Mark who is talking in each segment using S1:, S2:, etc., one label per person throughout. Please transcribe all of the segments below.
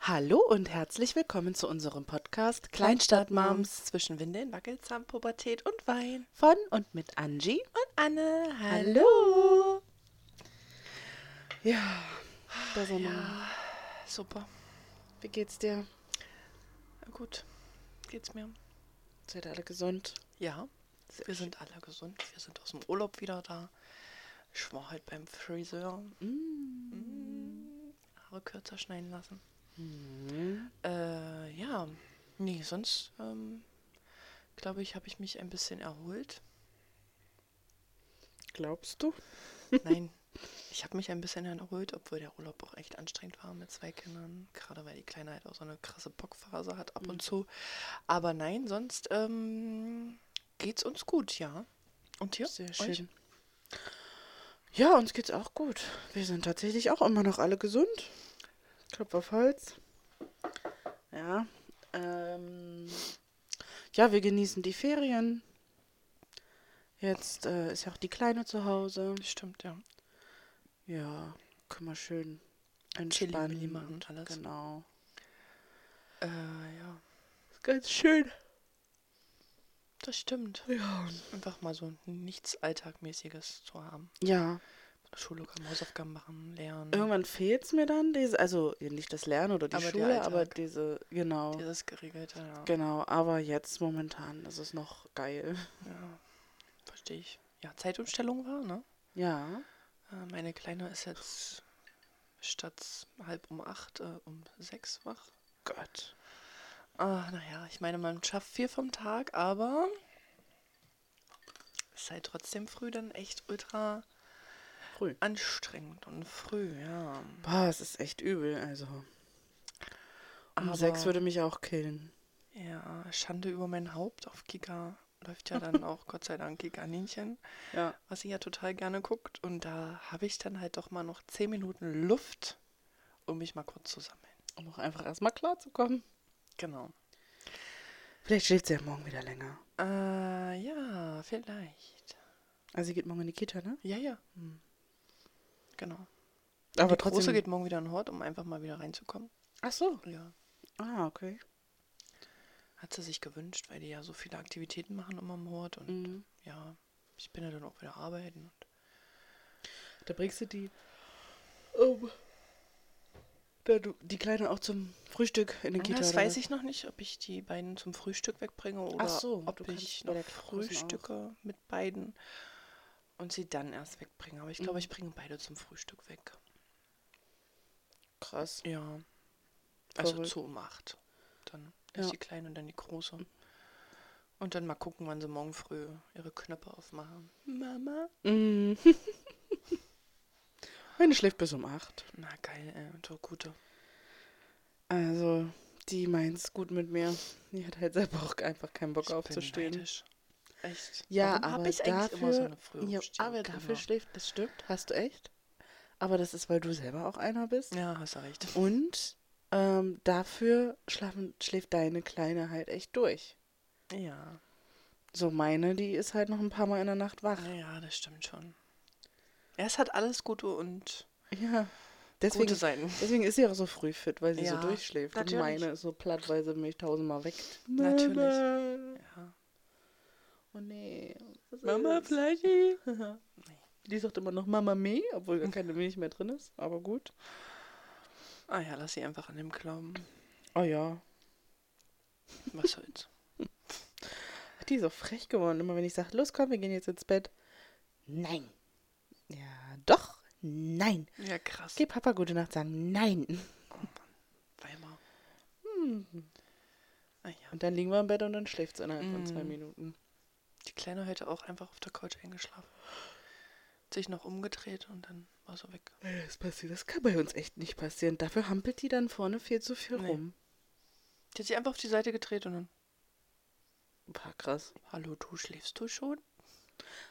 S1: Hallo und herzlich willkommen zu unserem Podcast Kleinstadtmoms zwischen Windeln, Wackelzahn, Pubertät und Wein von und mit Angie und Anne. Hallo. Ja, Besonne,
S2: Super.
S1: wie geht's dir?
S2: Gut. Geht's mir?
S1: Seid ihr alle gesund?
S2: Ja. wir sind alle gesund. Wir sind aus dem Urlaub wieder da. Ich war halt beim Friseur. Mm. Haare kürzer schneiden lassen.
S1: Mm.
S2: Äh, ja. Nee, sonst ähm, glaube ich, habe ich mich ein bisschen erholt.
S1: Glaubst du?
S2: Nein, ich habe mich ein bisschen erholt, obwohl der Urlaub auch echt anstrengend war mit zwei Kindern. Gerade weil die Kleine halt auch so eine krasse Bockphase hat ab
S1: Mhm.
S2: und zu. Aber nein, sonst ähm, geht's uns gut, ja. Und hier?
S1: Sehr schön. Ja, uns geht's auch gut. Wir sind tatsächlich auch immer noch alle gesund. Klopf auf Holz. Ja. Ähm, ja, wir genießen die Ferien. Jetzt äh, ist ja auch die Kleine zu Hause.
S2: Stimmt, ja.
S1: Ja, können wir schön
S2: Chili
S1: entspannen.
S2: machen und alles.
S1: Genau.
S2: Äh, ja,
S1: Ist ganz schön.
S2: das stimmt.
S1: Ja.
S2: Einfach mal so nichts Alltagmäßiges zu haben.
S1: Ja.
S2: Schule kann Hausaufgaben machen, lernen.
S1: Irgendwann fehlt's mir dann diese, also nicht das Lernen oder die
S2: Aber der
S1: Schule, aber
S2: Alltag.
S1: diese, genau.
S2: Dieses Geregelte, ja.
S1: Genau, aber jetzt momentan ist es noch geil.
S2: ja. Verstehe ich. Ja, Zeitumstellung war, ne?
S1: Ja.
S2: Äh, Meine Kleine ist jetzt statt halb um acht äh, um sechs wach.
S1: Gott.
S2: Ah, naja, ich meine, man schafft viel vom Tag, aber es ist halt trotzdem früh dann echt ultra
S1: Früh.
S2: anstrengend und früh, ja.
S1: Boah, es ist echt übel, also. Um
S2: Aber-
S1: sechs würde mich auch killen.
S2: Ja, Schande über mein Haupt auf Kika läuft ja dann auch Gott sei Dank Kika-Ninchen,
S1: Ja.
S2: was sie ja total gerne guckt. Und da habe ich dann halt doch mal noch zehn Minuten Luft, um mich mal kurz zu sammeln.
S1: Um auch einfach erstmal klarzukommen.
S2: Genau.
S1: Vielleicht schläft sie ja morgen wieder länger.
S2: Äh, ja, vielleicht.
S1: Also sie geht morgen in die Kita, ne?
S2: Ja, ja. Genau.
S1: Aber
S2: die Große geht morgen wieder in den Hort, um einfach mal wieder reinzukommen.
S1: Ach so.
S2: Ja.
S1: Ah, okay.
S2: Hat sie sich gewünscht, weil die ja so viele Aktivitäten machen immer im Hort. Und
S1: Mhm.
S2: ja, ich bin ja dann auch wieder arbeiten. Und
S1: Da bringst du die. Um, da du, die Kleine auch zum Frühstück in die Kita.
S2: das
S1: oder
S2: weiß
S1: was?
S2: ich noch nicht, ob ich die beiden zum Frühstück wegbringe oder
S1: so,
S2: ob
S1: du kannst
S2: ich
S1: bei
S2: noch
S1: der Großen auch.
S2: frühstücke mit beiden und sie dann erst wegbringe.
S1: Mhm.
S2: Aber ich glaube, ich bringe beide zum Frühstück weg.
S1: Krass.
S2: Ja. Also
S1: Verrückt.
S2: zu um acht. Dann
S1: Ja.
S2: ist die Kleine und dann die Große. Und dann mal gucken, wann sie morgen früh ihre Knöpfe aufmachen. Mama?
S1: Mhm. Meine schläft bis um acht.
S2: Na geil, ey, so gute.
S1: Also, die meint's gut mit mir. Die hat halt selber auch einfach keinen Bock aufzustehen.
S2: neidisch. Echt?
S1: Ja,
S2: Warum hab
S1: aber
S2: ich
S1: dafür,
S2: eigentlich immer so eine frühe Genau.
S1: ja, aber dafür schläft, das stimmt, hast du echt. Aber das ist, weil du selber auch einer bist.
S2: Ja, hast du recht.
S1: Und ähm, dafür schlafen, schläft deine Kleine halt echt durch.
S2: Ja.
S1: So meine, die ist halt noch ein paar Mal in der Nacht wach.
S2: Ja, das stimmt schon. Ja, es hat alles gute und
S1: Ja. Deswegen,
S2: gute Seiten.
S1: deswegen ist sie auch so früh fit, weil sie
S2: Ja,
S1: so durchschläft.
S2: natürlich.
S1: Und meine ist so platt, weil sie mich tausendmal weckt.
S2: Natürlich.
S1: Mama.
S2: Ja.
S1: Oh nee. was
S2: Mama,
S1: ist?
S2: Fleischy.
S1: Die sagt immer noch Mama Meh, obwohl gar keine Milch mehr drin ist. Aber gut.
S2: Ah ja, lass sie einfach an dem glauben.
S1: Oh ja,
S2: Was soll's.
S1: Die ist auch frech geworden. Immer wenn ich sage, los komm, wir gehen jetzt ins Bett. Nein. Ja, doch. Nein.
S2: Ja, krass.
S1: Geh Papa gute Nacht sagen. Nein.
S2: Weimar.
S1: Hm.
S2: Ah ja.
S1: Und dann liegen wir im Bett und dann schläft es innerhalb von
S2: Mm.
S1: zwei Minuten.
S2: Die Kleine heute auch einfach auf der Couch eingeschlafen. Hat sich noch umgedreht und dann war sie weg.
S1: Das passiert, das kann bei uns echt nicht passieren. Dafür hampelt die dann vorne viel zu viel
S2: Nee.
S1: rum.
S2: Die hat sich einfach auf die Seite gedreht und dann,
S1: War krass.
S2: hallo, du schläfst du schon?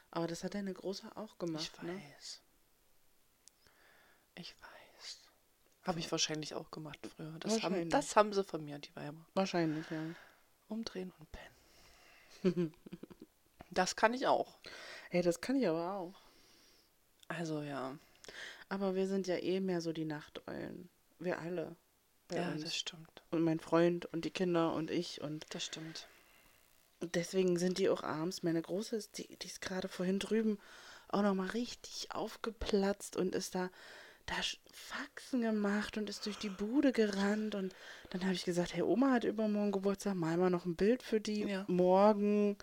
S1: Aber das hat deine Große auch gemacht.
S2: Ich
S1: Ne?
S2: weiß. Ich weiß. Habe ich wahrscheinlich auch gemacht früher. Das haben,
S1: Wahrscheinlich.
S2: das haben sie von mir, die Weiber.
S1: Wahrscheinlich, ja.
S2: Umdrehen und pennen. das kann ich auch.
S1: Ey, das kann ich aber auch.
S2: Also ja.
S1: Aber wir sind ja eh mehr so die Nachteulen. Wir alle. bei
S2: ja,
S1: uns.
S2: das stimmt.
S1: Und mein Freund und die Kinder und ich und
S2: Das stimmt.
S1: deswegen sind die auch abends. Meine Große ist, die, die ist gerade vorhin drüben auch nochmal richtig aufgeplatzt und ist da, da sch- Faxen gemacht und ist durch die Bude gerannt. Und dann habe ich gesagt, hey, Oma hat übermorgen Geburtstag, mal mal noch ein Bild für die
S2: Ja.
S1: morgen.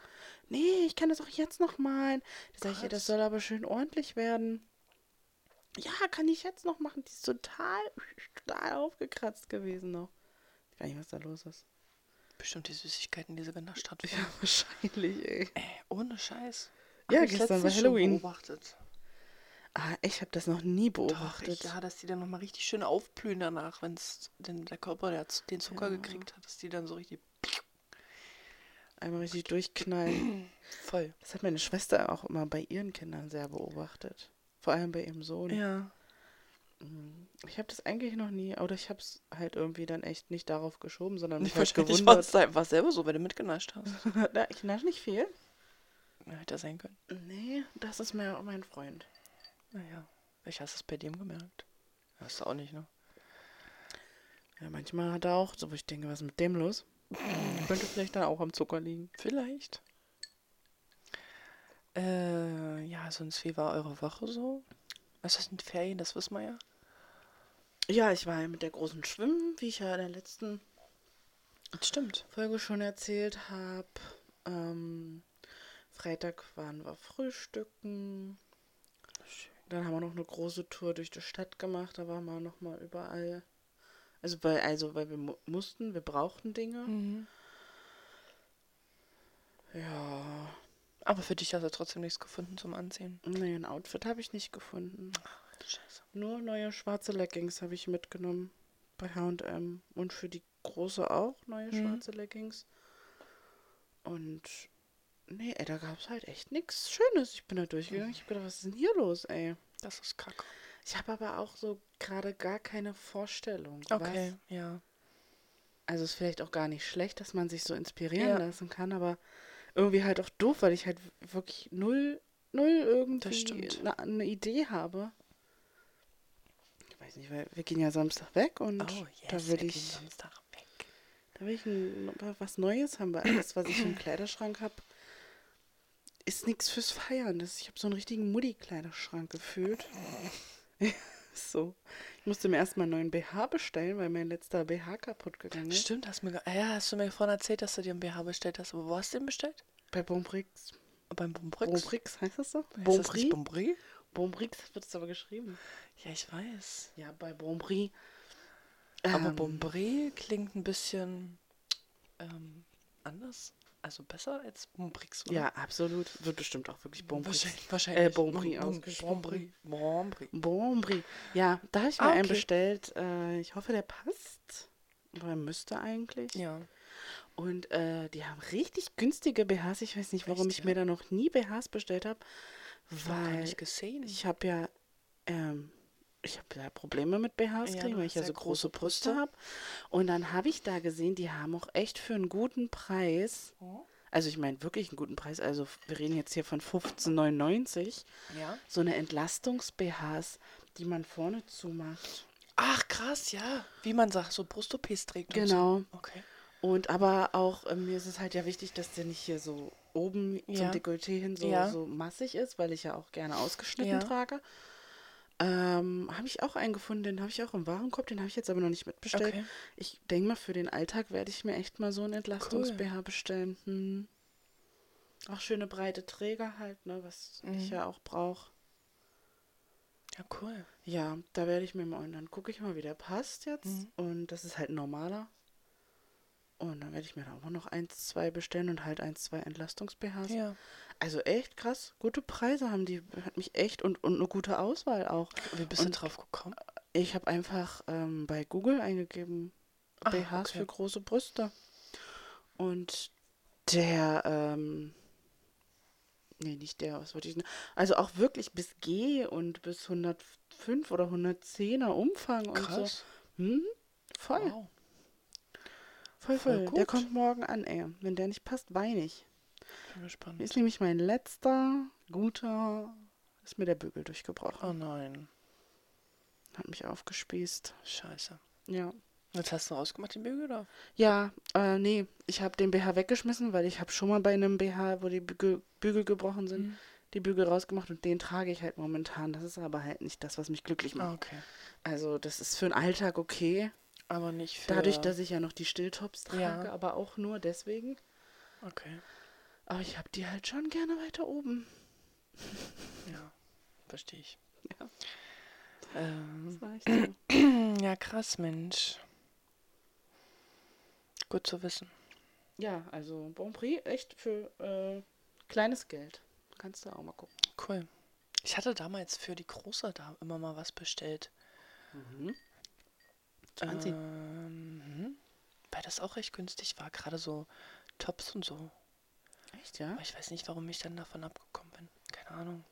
S1: Nee, ich kann das auch jetzt noch malen. Da sage ich, ja, das
S2: Krass.
S1: soll aber schön ordentlich werden. Ja, kann ich jetzt noch machen. Die ist total, total aufgekratzt gewesen noch. Ich weiß gar nicht, was da los ist.
S2: Bestimmt die Süßigkeiten, die sie genascht hat.
S1: Ja, wahrscheinlich, ey.
S2: Ey, ohne Scheiß.
S1: Ja,
S2: Hab ich
S1: gestern war
S2: letztens schon
S1: Halloween.
S2: Beobachtet.
S1: Ah, ich habe das noch nie
S2: Doch, ich,
S1: beobachtet.
S2: ja, dass die dann nochmal richtig schön aufblühen danach, wenn der Körper der, Z- den Zucker
S1: Ja.
S2: gekriegt hat, dass die dann so richtig
S1: Einmal richtig durchknallen.
S2: voll.
S1: Das hat meine Schwester auch immer bei ihren Kindern sehr beobachtet. Vor allem bei ihrem Sohn.
S2: Ja.
S1: Mhm. Ich habe das eigentlich noch nie, oder ich habe es halt irgendwie dann echt nicht darauf geschoben, sondern mich
S2: Ich
S1: halt
S2: wahrscheinlich war
S1: gewundert.
S2: es einfach selber so, wenn du mitgenascht hast.
S1: Na, ich nasch nicht viel.
S2: Ja, hätte ja sein können.
S1: Nee, das ist mir mein Freund.
S2: Naja. Ich hast es bei dem gemerkt. Hast du auch nicht, ne?
S1: Ja, manchmal hat er auch, so wo ich denke, was ist mit dem los? Könnte vielleicht dann auch am Zucker liegen.
S2: Vielleicht. Äh, ja, sonst, wie war eure Woche so? Was ist denn Ferien? Das wissen wir ja.
S1: Ja, ich war ja mit der großen Schwimmen, wie ich ja in der letzten
S2: Das stimmt.
S1: Folge schon erzählt habe. Ähm, Freitag waren wir frühstücken. Dann haben wir noch eine große Tour durch die Stadt gemacht. Da waren wir nochmal überall. Also weil, also weil wir mu mussten, wir brauchten Dinge.
S2: Mhm.
S1: Ja.
S2: Aber für dich hast du trotzdem nichts gefunden zum Anziehen.
S1: Nee, ein Outfit habe ich nicht gefunden.
S2: Scheiße.
S1: Nur neue schwarze Leggings habe ich mitgenommen bei H&M und für die große auch neue
S2: Mhm.
S1: schwarze Leggings. Und nee, ey, da gab es halt echt nichts Schönes. Ich bin da durchgegangen. Ich habe gedacht, was ist denn hier los, ey?
S2: Das ist kacke.
S1: Ich habe aber auch so gerade gar keine Vorstellung.
S2: Okay,
S1: Was?
S2: ja.
S1: Also ist vielleicht auch gar nicht schlecht, dass man sich so inspirieren
S2: Ja.
S1: lassen kann, aber irgendwie halt auch doof, weil ich halt wirklich null, null irgendwie
S2: stimmt.
S1: eine, eine Idee habe. Ich weiß nicht, weil wir gehen ja Samstag weg und da
S2: Oh, wir
S1: will
S2: gehen
S1: ich,
S2: Samstag weg.
S1: da will ich ein, was Neues haben, weil alles, was ich im Kleiderschrank habe, ist nichts fürs Feiern. Das, ich habe so einen richtigen Mutti-Kleiderschrank gefühlt. so. Ich musste mir erstmal einen neuen BH bestellen, weil mein letzter BH kaputt gegangen ist.
S2: Stimmt, hast du mir, ge- ah ja, hast du mir vorhin erzählt, dass du dir einen BH bestellt hast. Aber wo hast du den bestellt?
S1: Bei Bombrix.
S2: Beim Bombrix.
S1: Bombrix heißt das so?
S2: Ist das nicht
S1: Bombrix?
S2: Bombrix?
S1: Bombrix wird es aber geschrieben.
S2: Ja, ich weiß.
S1: Ja, bei Bombrix.
S2: Aber
S1: Ähm,
S2: Bombré klingt ein bisschen ähm, anders. Also besser als Bombrix, oder?
S1: Ja, absolut. Wird bestimmt auch wirklich Äh, Bombrix.
S2: Wahrscheinlich. wahrscheinlich.
S1: Bombré
S2: Bom- Bom-
S1: ausgesprochen.
S2: Bombré. Bombré.
S1: Bombrix. Ja, da habe ich mir
S2: Ah,
S1: einen
S2: okay.
S1: bestellt. Äh, ich hoffe, der passt. Aber er müsste eigentlich.
S2: Ja.
S1: Und äh, die haben richtig günstige BHs. Ich weiß nicht, warum
S2: Echt,
S1: ich
S2: ja?
S1: mir da noch nie BHs bestellt habe.
S2: Ich hab gar
S1: Weil
S2: nicht gesehen.
S1: ich habe ja, ähm, ich habe ja Probleme mit BHs
S2: Ja,
S1: kriegen,
S2: du
S1: weil
S2: hast
S1: ich ja
S2: ja
S1: so
S2: große
S1: große Brüste
S2: Brüste.
S1: habe. Und dann habe ich da gesehen, die haben auch echt für einen guten Preis, also ich meine wirklich einen guten Preis, also wir reden jetzt hier von 15,99,
S2: Ja.
S1: so eine Entlastungs-BHs, die man vorne zumacht.
S2: Ach, krass, ja. Wie man sagt, so Brust-OPs trägt. und
S1: Genau.
S2: So. Okay.
S1: Und aber auch, äh, mir ist es halt ja wichtig, dass der nicht hier so oben zum
S2: Ja.
S1: Dekolleté hin so,
S2: Ja.
S1: so massig ist, weil ich ja auch gerne ausgeschnitten
S2: Ja.
S1: trage. Ähm, habe ich auch einen gefunden, den habe ich auch im Warenkorb, den habe ich jetzt aber noch nicht mitbestellt.
S2: Okay.
S1: Ich denke mal, für den Alltag werde ich mir echt mal so einen Entlastungs-BH bestellen. Hm. Auch schöne breite Träger halt, ne, was ich
S2: Mhm.
S1: ja auch brauche.
S2: Ja, cool.
S1: Ja, da werde ich mir mal und dann gucke ich mal, wie der passt jetzt.
S2: Mhm.
S1: Und das ist halt ein normaler. Und dann werde ich mir da auch noch eins, zwei bestellen und halt eins, zwei Entlastungs-BHs.
S2: Ja.
S1: Also echt krass. Gute Preise haben die. Hat mich echt und, und eine gute Auswahl auch.
S2: Wie bist du
S1: Und-
S2: drauf gekommen?
S1: Ich habe einfach ähm, bei Google eingegeben,
S2: Ah,
S1: BHs
S2: okay.
S1: für große Brüste. Und der, ähm, nee, nicht der, was wollte ich denn? Also auch wirklich bis G und bis 105 oder 110er Umfang und so.
S2: Krass.
S1: Hm? Voll,
S2: Wow. voll
S1: voll, voll.
S2: gut.
S1: der kommt morgen an, ey. Wenn der nicht passt, weine ich.
S2: Bin gespannt.
S1: Mir ist nämlich mein letzter, guter, ist mir der Bügel durchgebrochen.
S2: Oh nein.
S1: Hat mich aufgespießt.
S2: Scheiße.
S1: Ja.
S2: Jetzt hast du rausgemacht, den Bügel, oder?
S1: Ja, äh, nee, ich habe den BH weggeschmissen, weil ich habe schon mal bei einem BH, wo die Bügel, Bügel gebrochen sind,
S2: Mhm.
S1: die Bügel rausgemacht und den trage ich halt momentan. Das ist aber halt nicht das, was mich glücklich macht.
S2: Ah, okay.
S1: Also das ist für den Alltag okay.
S2: Aber nicht für...
S1: Dadurch, dass ich ja noch die Stilltops
S2: Ja.
S1: trage, aber auch nur deswegen.
S2: Okay,
S1: Aber ich habe die halt schon gerne weiter oben.
S2: ja. Verstehe ich.
S1: Ja.
S2: Ähm,
S1: Das war echt so.
S2: ja, krass, Mensch. Gut zu wissen.
S1: ja, also Bon Prix, echt für äh, kleines Geld. Kannst du auch mal gucken.
S2: Cool. Ich hatte damals für die Große da immer mal was bestellt. Äh.
S1: Zum Anziehen.
S2: Ähm, mhm. weil das auch recht günstig war, gerade so Tops und so.
S1: Echt, ja?
S2: Aber ich weiß nicht, warum ich dann davon abgekommen bin. Keine Ahnung.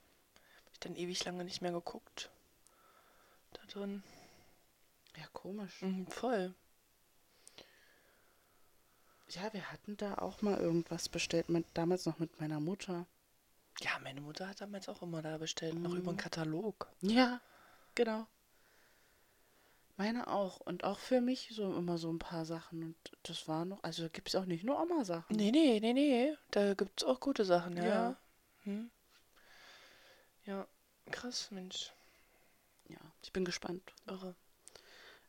S2: Hab ich dann ewig lange nicht mehr geguckt. Da drin.
S1: Ja, komisch.
S2: Mhm, voll.
S1: Ja, wir hatten da auch mal irgendwas bestellt, mit, damals noch mit meiner Mutter.
S2: Ja, meine Mutter hat damals auch immer da bestellt, noch über einen Katalog.
S1: Ja, genau. Meine auch. Und auch für mich so immer so ein paar Sachen. Und das war noch, also gibt es auch nicht nur Oma-Sachen.
S2: Nee, nee, nee, nee. Da gibt's auch gute Sachen, ja.
S1: Ja.
S2: Ja, hm. ja. krass, Mensch.
S1: Ja, ich bin gespannt.
S2: Irre.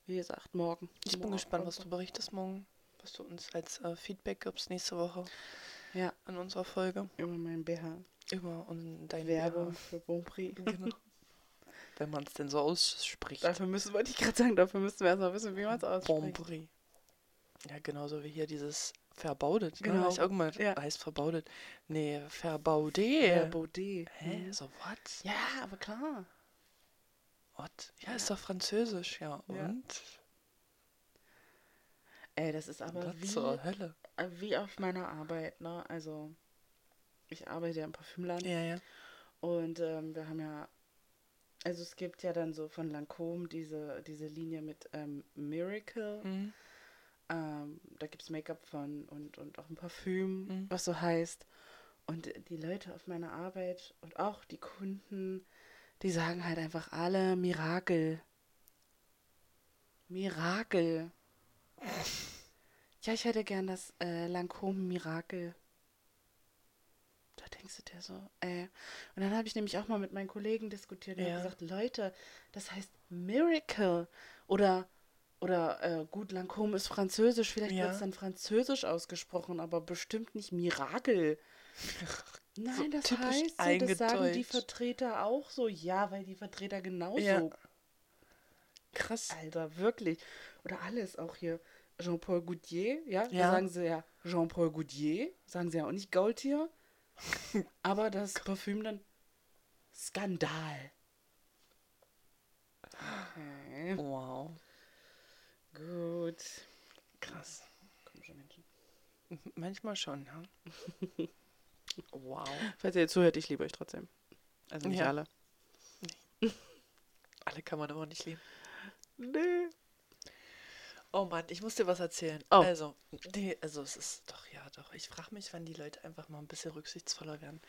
S1: Wie gesagt, morgen.
S2: Ich bin
S1: Morgen
S2: gespannt,
S1: kommt
S2: was du berichtest morgen. Was du uns als äh, Feedback gibst nächste Woche
S1: Ja,
S2: an unserer Folge.
S1: über meinen BH.
S2: Über und dein
S1: Werbung für Bon Prix.
S2: BH. Genau. Wenn man es denn so ausspricht.
S1: Dafür müssen, wollte ich gerade sagen, dafür müssen wir erstmal wissen, wie man es
S2: Bon
S1: ausspricht.
S2: Prix. Ja, genauso wie hier dieses verbaudet. Genau.
S1: Genau.
S2: Ne? Ich irgendwann
S1: Ja.
S2: heißt verbaudet. Nee, verbaude.
S1: Ja, Baudet.
S2: Hä?
S1: Mhm.
S2: So what?
S1: Ja, aber klar.
S2: What? Ja, ist doch französisch, ja.
S1: Ja.
S2: Und?
S1: Ey, das ist aber
S2: Was
S1: wie
S2: zur Hölle?
S1: äh, wie auf meiner Arbeit, ne? Also, ich arbeite ja im Parfümladen
S2: Ja, ja.
S1: und ähm, wir haben ja, also es gibt ja dann so von Lancôme diese, diese Linie mit ähm, Miracle.
S2: Mhm.
S1: Ähm, da gibt es Make-up von und, und auch ein Parfüm,
S2: Mhm.
S1: was so heißt. Und die Leute auf meiner Arbeit und auch die Kunden, die sagen halt einfach alle Mirakel. Mirakel. ja, ich hätte gern das äh, Lancôme Mirakel. Da denkst du dir so, äh. Und dann habe ich nämlich auch mal mit meinen Kollegen diskutiert und hab
S2: Ja.
S1: gesagt, Leute, das heißt Miracle. Oder, oder äh, gut, Lancôme ist französisch, vielleicht
S2: Ja.
S1: wird es dann französisch ausgesprochen, aber bestimmt nicht Mirakel. Nein, das
S2: typisch
S1: heißt so, das sagen die
S2: eingedeutscht.
S1: Vertreter auch so. Ja, weil die Vertreter genauso.
S2: Ja. Krass.
S1: Alter, wirklich. Oder alles auch hier. Jean-Paul Gaultier, ja, da
S2: Ja.
S1: sagen sie ja Jean-Paul Gaultier, sagen sie ja auch nicht Gaultier. aber das Parfüm dann Skandal. Okay,
S2: Wow.
S1: gut.
S2: Krass.
S1: Komische Menschen.
S2: Manchmal schon, ja. wow.
S1: Falls ihr jetzt zuhört, ich liebe euch trotzdem. Also nicht
S2: Ja.
S1: alle.
S2: Alle kann man aber nicht lieben.
S1: Nee.
S2: Oh Mann, ich muss dir was erzählen.
S1: Oh.
S2: Also, nee, also es ist doch, ja, doch. Ich frage mich, wann die Leute einfach mal ein bisschen rücksichtsvoller werden.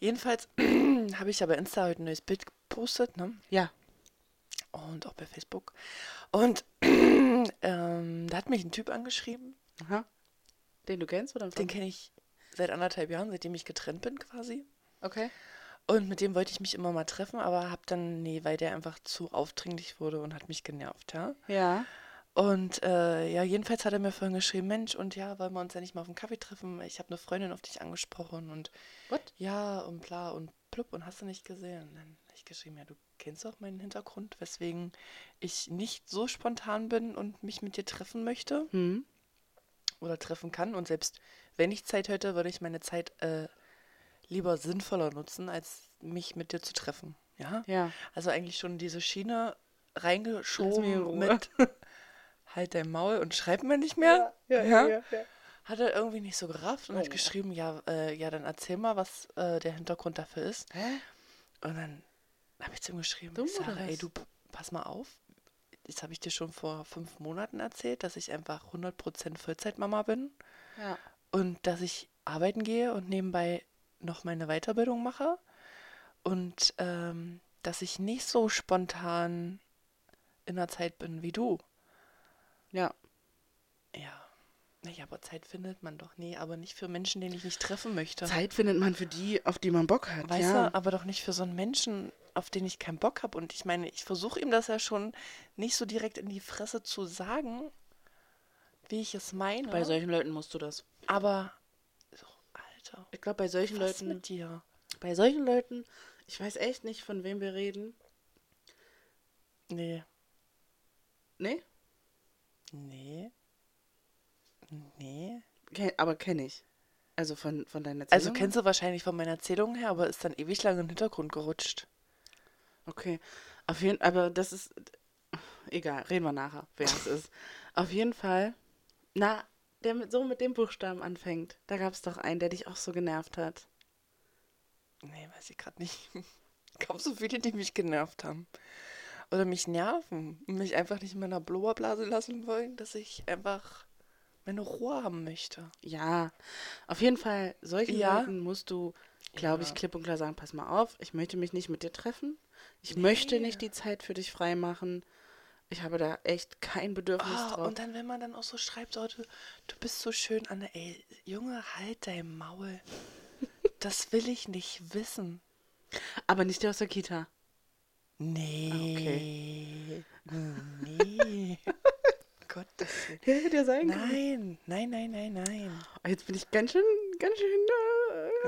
S2: Jedenfalls habe ich ja bei Insta heute ein neues Bild gepostet, ne?
S1: Ja.
S2: Und auch bei Facebook. Und ähm, da hat mich ein Typ angeschrieben,
S1: Aha. Den du kennst oder?
S2: Den kenne ich seit anderthalb Jahren, seitdem ich getrennt bin quasi.
S1: Okay.
S2: Und mit dem wollte ich mich immer mal treffen, aber hab dann, nee, weil der einfach zu aufdringlich wurde und hat mich genervt, ja.
S1: Ja.
S2: Und äh, ja, jedenfalls hat er mir vorhin geschrieben, Mensch, und ja, wollen wir uns ja nicht mal auf einen Kaffee treffen? Ich habe eine Freundin auf dich angesprochen und
S1: What?
S2: ja und bla und plupp und hast du nicht gesehen. Und dann habe ich geschrieben, ja, du kennst doch meinen Hintergrund, weswegen ich nicht so spontan bin und mich mit dir treffen möchte
S1: Hm.
S2: oder treffen kann. Und selbst wenn ich Zeit hätte, würde ich meine Zeit äh, lieber sinnvoller nutzen, als mich mit dir zu treffen. Ja?
S1: Ja.
S2: Also eigentlich schon diese Schiene
S1: Lass mich in Ruhe.
S2: reingeschoben mit halt dein Maul und schreib mir nicht mehr. Hat er irgendwie nicht so gerafft und
S1: Oh.
S2: hat geschrieben, ja, äh, ja, dann erzähl mal, was äh, der Hintergrund dafür ist.
S1: Hä?
S2: Und dann habe ich zu ihm geschrieben,
S1: Dumm
S2: ich sage,
S1: oder
S2: ey,
S1: was?
S2: du, p- pass mal auf. Das habe ich dir schon vor fünf Monaten erzählt, dass ich einfach 100% Vollzeitmama bin
S1: Ja.
S2: und dass ich arbeiten gehe und nebenbei noch meine Weiterbildung mache und ähm, dass ich nicht so spontan in der Zeit bin wie du.
S1: Ja.
S2: Ja. Naja, aber Zeit findet man doch. Nee, aber nicht für Menschen, den ich nicht treffen möchte.
S1: Zeit findet man für die, auf die man Bock hat.
S2: Weißt
S1: ja.
S2: du, aber doch nicht für so einen Menschen, auf den ich keinen Bock habe. Und ich meine, ich versuche ihm das ja schon nicht so direkt in die Fresse zu sagen, wie ich es meine.
S1: Bei solchen Leuten musst du das.
S2: aber, so, Alter,
S1: Ich glaube, bei solchen
S2: was ist
S1: Leuten,
S2: mit dir?
S1: bei solchen Leuten, ich weiß echt nicht, von wem wir reden.
S2: Nee.
S1: Nee?
S2: Nee. Nee.
S1: Ken, aber kenne ich. Also von, von deiner
S2: Also
S1: Erzählung her?
S2: kennst du wahrscheinlich von meiner Erzählung her, aber ist dann ewig lange in den Hintergrund gerutscht.
S1: Okay. Auf jeden aber das ist egal, reden wir nachher, wer es ist. Auf jeden Fall. Na, der mit, so mit dem Buchstaben anfängt. Da gab es doch einen, der dich auch so genervt hat.
S2: Nee, weiß ich gerade nicht. Kaum so viele, die mich genervt haben. Oder mich nerven. Und mich einfach nicht in meiner Blowerblase lassen wollen, dass ich einfach meine Ruhe haben möchte.
S1: Ja. Auf jeden Fall, solchen
S2: Ja.
S1: Leuten musst du, glaube ich,
S2: Ja.
S1: klipp und klar sagen, pass mal auf, ich möchte mich nicht mit dir treffen. Ich möchte
S2: Nee.
S1: nicht die Zeit für dich freimachen. Ich habe da echt kein Bedürfnis
S2: Oh,
S1: drauf.
S2: und dann, wenn man dann auch so schreibt, oh, du, du bist so schön, Anne, ey, Junge, halt dein Maul. Das will ich nicht wissen.
S1: Aber nicht der aus der Kita.
S2: Ah, Nee.
S1: okay.
S2: Hm, Nee. Um Gottes Willen.
S1: Ja, hätte ja sein
S2: Nein, nein, nein, nein, nein.
S1: Oh, Jetzt bin ich ganz schön, ganz schön.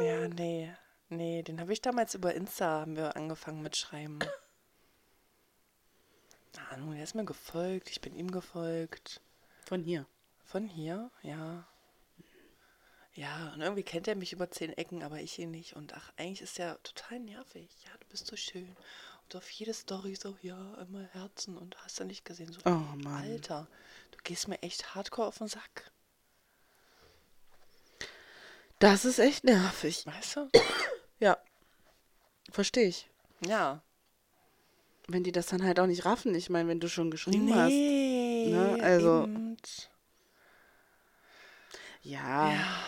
S1: Äh,
S2: Ja, nee. Nee, den habe ich damals über Insta haben wir angefangen mit Schreiben. Na, nun, er ist mir gefolgt, ich bin ihm gefolgt.
S1: von hier.
S2: Von hier, ja. Ja, und irgendwie kennt er mich über zehn Ecken, aber ich ihn nicht. Und ach, eigentlich ist er total nervig. Ja, du bist so schön. Und auf jede Story so, ja, immer Herzen und hast du nicht gesehen. So,
S1: Oh Mann.
S2: Alter, du gehst mir echt hardcore auf den Sack.
S1: Das ist echt nervig.
S2: Weißt du?
S1: Ja. Verstehe ich.
S2: Ja.
S1: Wenn die das dann halt auch nicht raffen. Ich meine, wenn du schon geschrieben hast.
S2: Nee,
S1: ne? Also-
S2: eben.
S1: Ja.
S2: Ja.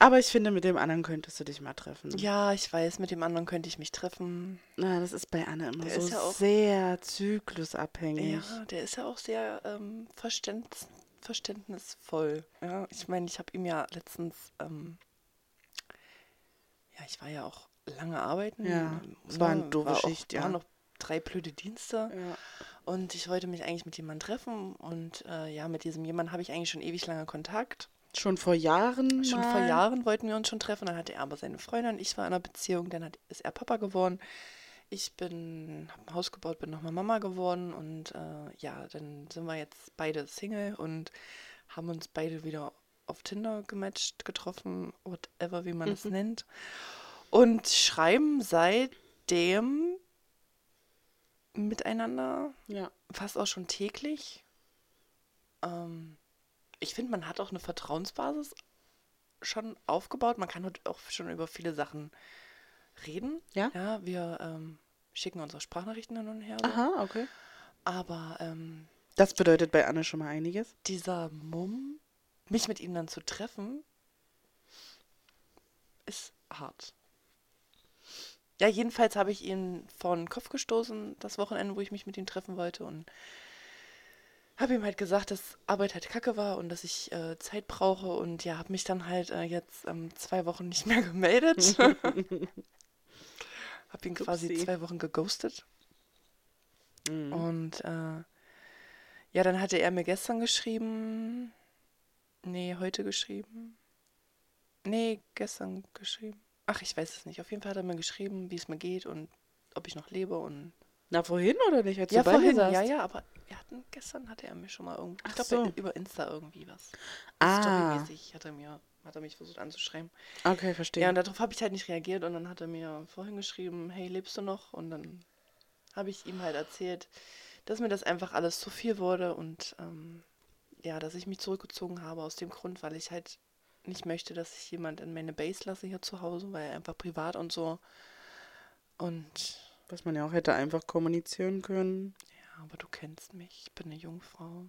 S1: Aber ich finde, mit dem anderen könntest du dich mal treffen.
S2: Ja, ich weiß, mit dem anderen könnte ich mich treffen.
S1: Na, das ist bei Anne immer
S2: Der
S1: so
S2: ist ja auch-
S1: sehr zyklusabhängig.
S2: Ja, der ist ja auch sehr ähm, verständ, verständnisvoll. Ja, ich meine, ich habe ihm ja letztens, ähm, ja, ich war ja auch lange arbeiten.
S1: Ja,
S2: ähm,
S1: es war eine
S2: ne,
S1: doofe
S2: auch-
S1: Schicht, ja.
S2: Waren noch drei blöde Dienste
S1: Ja.
S2: und ich wollte mich eigentlich mit jemandem treffen und äh, ja, mit diesem jemanden habe ich eigentlich schon ewig lange Kontakt.
S1: Schon vor Jahren.
S2: Schon
S1: mal.
S2: vor Jahren wollten wir uns schon treffen, dann hatte er aber seine Freundin, ich war in einer Beziehung, dann hat, ist er Papa geworden. Ich bin, hab ein Haus gebaut, bin nochmal Mama geworden und äh, ja, dann sind wir jetzt beide Single und haben uns beide wieder auf Tinder gematcht, getroffen, whatever, wie man es nennt. Und schreiben seitdem miteinander
S1: Ja.
S2: fast auch schon täglich. Ähm, ich finde, man hat auch eine Vertrauensbasis schon aufgebaut. Man kann halt auch schon über viele Sachen reden.
S1: Ja.
S2: Ja, wir ähm, schicken unsere Sprachnachrichten hin und her. So.
S1: Aha, okay.
S2: Aber ähm,
S1: Das bedeutet bei Anne schon mal einiges.
S2: dieser Mumm, mich mit ihm dann zu treffen, ist hart. Ja, jedenfalls habe ich ihn vor den Kopf gestoßen, das Wochenende, wo ich mich mit ihm treffen wollte und habe ihm halt gesagt, dass Arbeit halt kacke war und dass ich äh, Zeit brauche und ja, habe mich dann halt äh, jetzt ähm, zwei Wochen nicht mehr gemeldet. habe ihn quasi
S1: Upsi.
S2: zwei Wochen geghostet. Und äh, ja, dann hatte er mir gestern geschrieben. Nee, heute geschrieben. Nee, gestern geschrieben. Ach, ich weiß es nicht. Auf jeden Fall hat er mir geschrieben, wie es mir geht und ob ich noch lebe und
S1: Na, vorhin oder nicht? Als
S2: ja,
S1: du bei mir
S2: vorhin,
S1: saßt?
S2: ja, ja, aber wir hatten, gestern hatte er mir schon mal irgendwie, ich
S1: Ach
S2: glaube
S1: so.
S2: über Insta irgendwie was.
S1: Ah.
S2: Storymäßig hat er mir, hat er mich versucht anzuschreiben.
S1: Okay, verstehe.
S2: Ja, und darauf habe ich halt nicht reagiert und dann hat er mir vorhin geschrieben, hey, lebst du noch? Und dann habe ich ihm halt erzählt, dass mir das einfach alles zu viel wurde und ähm, ja, dass ich mich zurückgezogen habe aus dem Grund, weil ich halt nicht möchte, dass ich jemand in meine Base lasse hier zu Hause, weil einfach privat und so. Und
S1: Was man ja auch hätte einfach kommunizieren können.
S2: ja, aber du kennst mich, ich bin eine Jungfrau.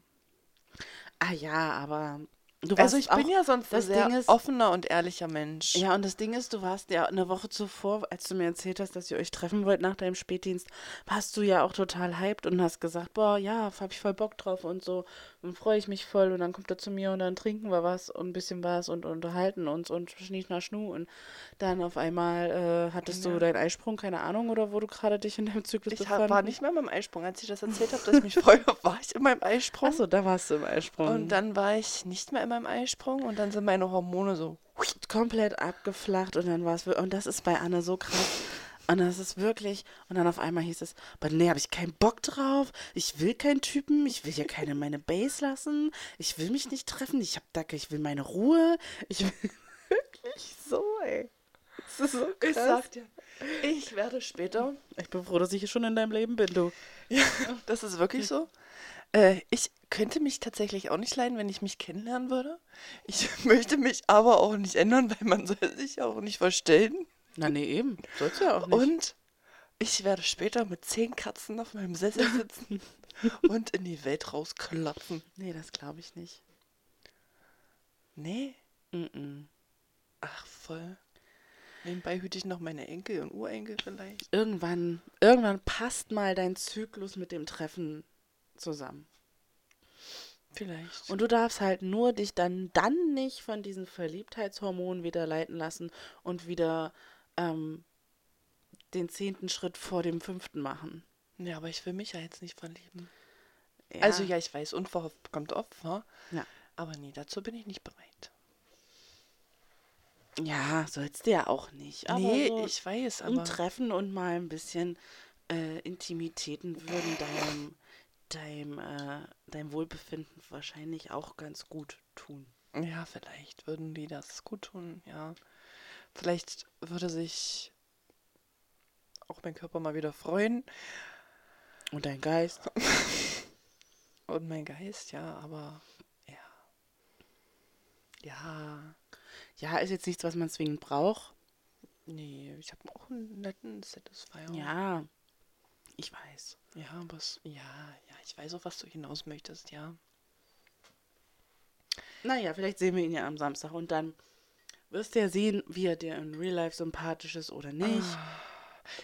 S1: Ah ja, aber du
S2: Also ich bin ja sonst ein
S1: das
S2: sehr
S1: Ding ist-
S2: offener und ehrlicher Mensch.
S1: Ja, und das Ding ist, du warst ja eine Woche zuvor, als du mir erzählt hast, dass ihr euch treffen wollt nach deinem Spätdienst, warst du ja auch total hyped und hast gesagt, boah, ja, hab ich voll Bock drauf und so. Dann freue ich mich voll und dann kommt er zu mir und dann trinken wir was und ein bisschen was und unterhalten uns und schnieschna schnu und dann auf einmal äh, hattest
S2: Ja.
S1: du deinen Eisprung, keine Ahnung, oder wo du gerade dich in deinem Zyklus
S2: Ich hab, war nicht mehr meinem Eisprung. Als ich das erzählt habe, dass ich mich freue, war ich in meinem Eisprung.
S1: Achso, da warst du im Eisprung.
S2: Und dann war ich nicht mehr in meinem Eisprung und dann sind meine Hormone so.
S1: komplett abgeflacht und dann war es wir- und das ist bei Anne so krass und das ist wirklich und dann auf einmal hieß es, aber nee, habe ich keinen Bock drauf. Ich will keinen Typen, ich will hier keine in meine Base lassen. Ich will mich nicht treffen, ich habe da ich will meine Ruhe. Ich will wirklich so, ey. Das ist so krass.
S2: Ich sag dir, ich werde später.
S1: ich bin froh, dass ich hier schon in deinem Leben bin, du.
S2: Das ist wirklich so. Äh, ich könnte mich tatsächlich auch nicht leiden, wenn ich mich kennenlernen würde. Ich möchte mich aber auch nicht ändern, weil man soll sich auch nicht verstellen.
S1: Na nee, eben. Sollst du ja auch nicht.
S2: Und ich werde später mit zehn Katzen auf meinem Sessel sitzen und in die Welt rausklappen.
S1: nee, das glaube ich nicht.
S2: Nee.
S1: Mm-mm.
S2: Ach, voll. Nebenbei hüte ich noch meine Enkel und Urenkel vielleicht.
S1: Irgendwann irgendwann passt mal dein Zyklus mit dem Treffen zusammen.
S2: Vielleicht.
S1: Und du darfst halt nur dich dann, dann nicht von diesen Verliebtheitshormonen wieder leiten lassen und wieder ähm, den zehnten Schritt vor dem fünften machen.
S2: ja, aber ich will mich ja jetzt nicht verlieben. Also ja, ich weiß, unverhofft kommt Opfer.
S1: Ja,
S2: Aber nee, dazu bin ich nicht bereit.
S1: ja sollst du ja auch nicht. Aber
S2: nee,
S1: so
S2: ich weiß,
S1: ein
S2: aber
S1: Treffen und mal ein bisschen äh, Intimitäten würden deinem, deinem, äh, deinem Wohlbefinden wahrscheinlich auch ganz gut tun.
S2: ja, vielleicht würden die das gut tun, ja. Vielleicht würde sich auch mein Körper mal wieder freuen
S1: Und dein Geist.
S2: und mein Geist, ja, aber ja. Ja,
S1: Ja, ist jetzt nichts, was man zwingend braucht.
S2: nee, ich habe auch einen netten Satisfier.
S1: Ja, ich weiß.
S2: Ja, aber es, ja, ja, ich weiß auch, was du hinaus möchtest, ja.
S1: Naja, vielleicht sehen wir ihn ja am Samstag und dann wirst du ja sehen, wie er dir in Real Life sympathisch ist oder nicht.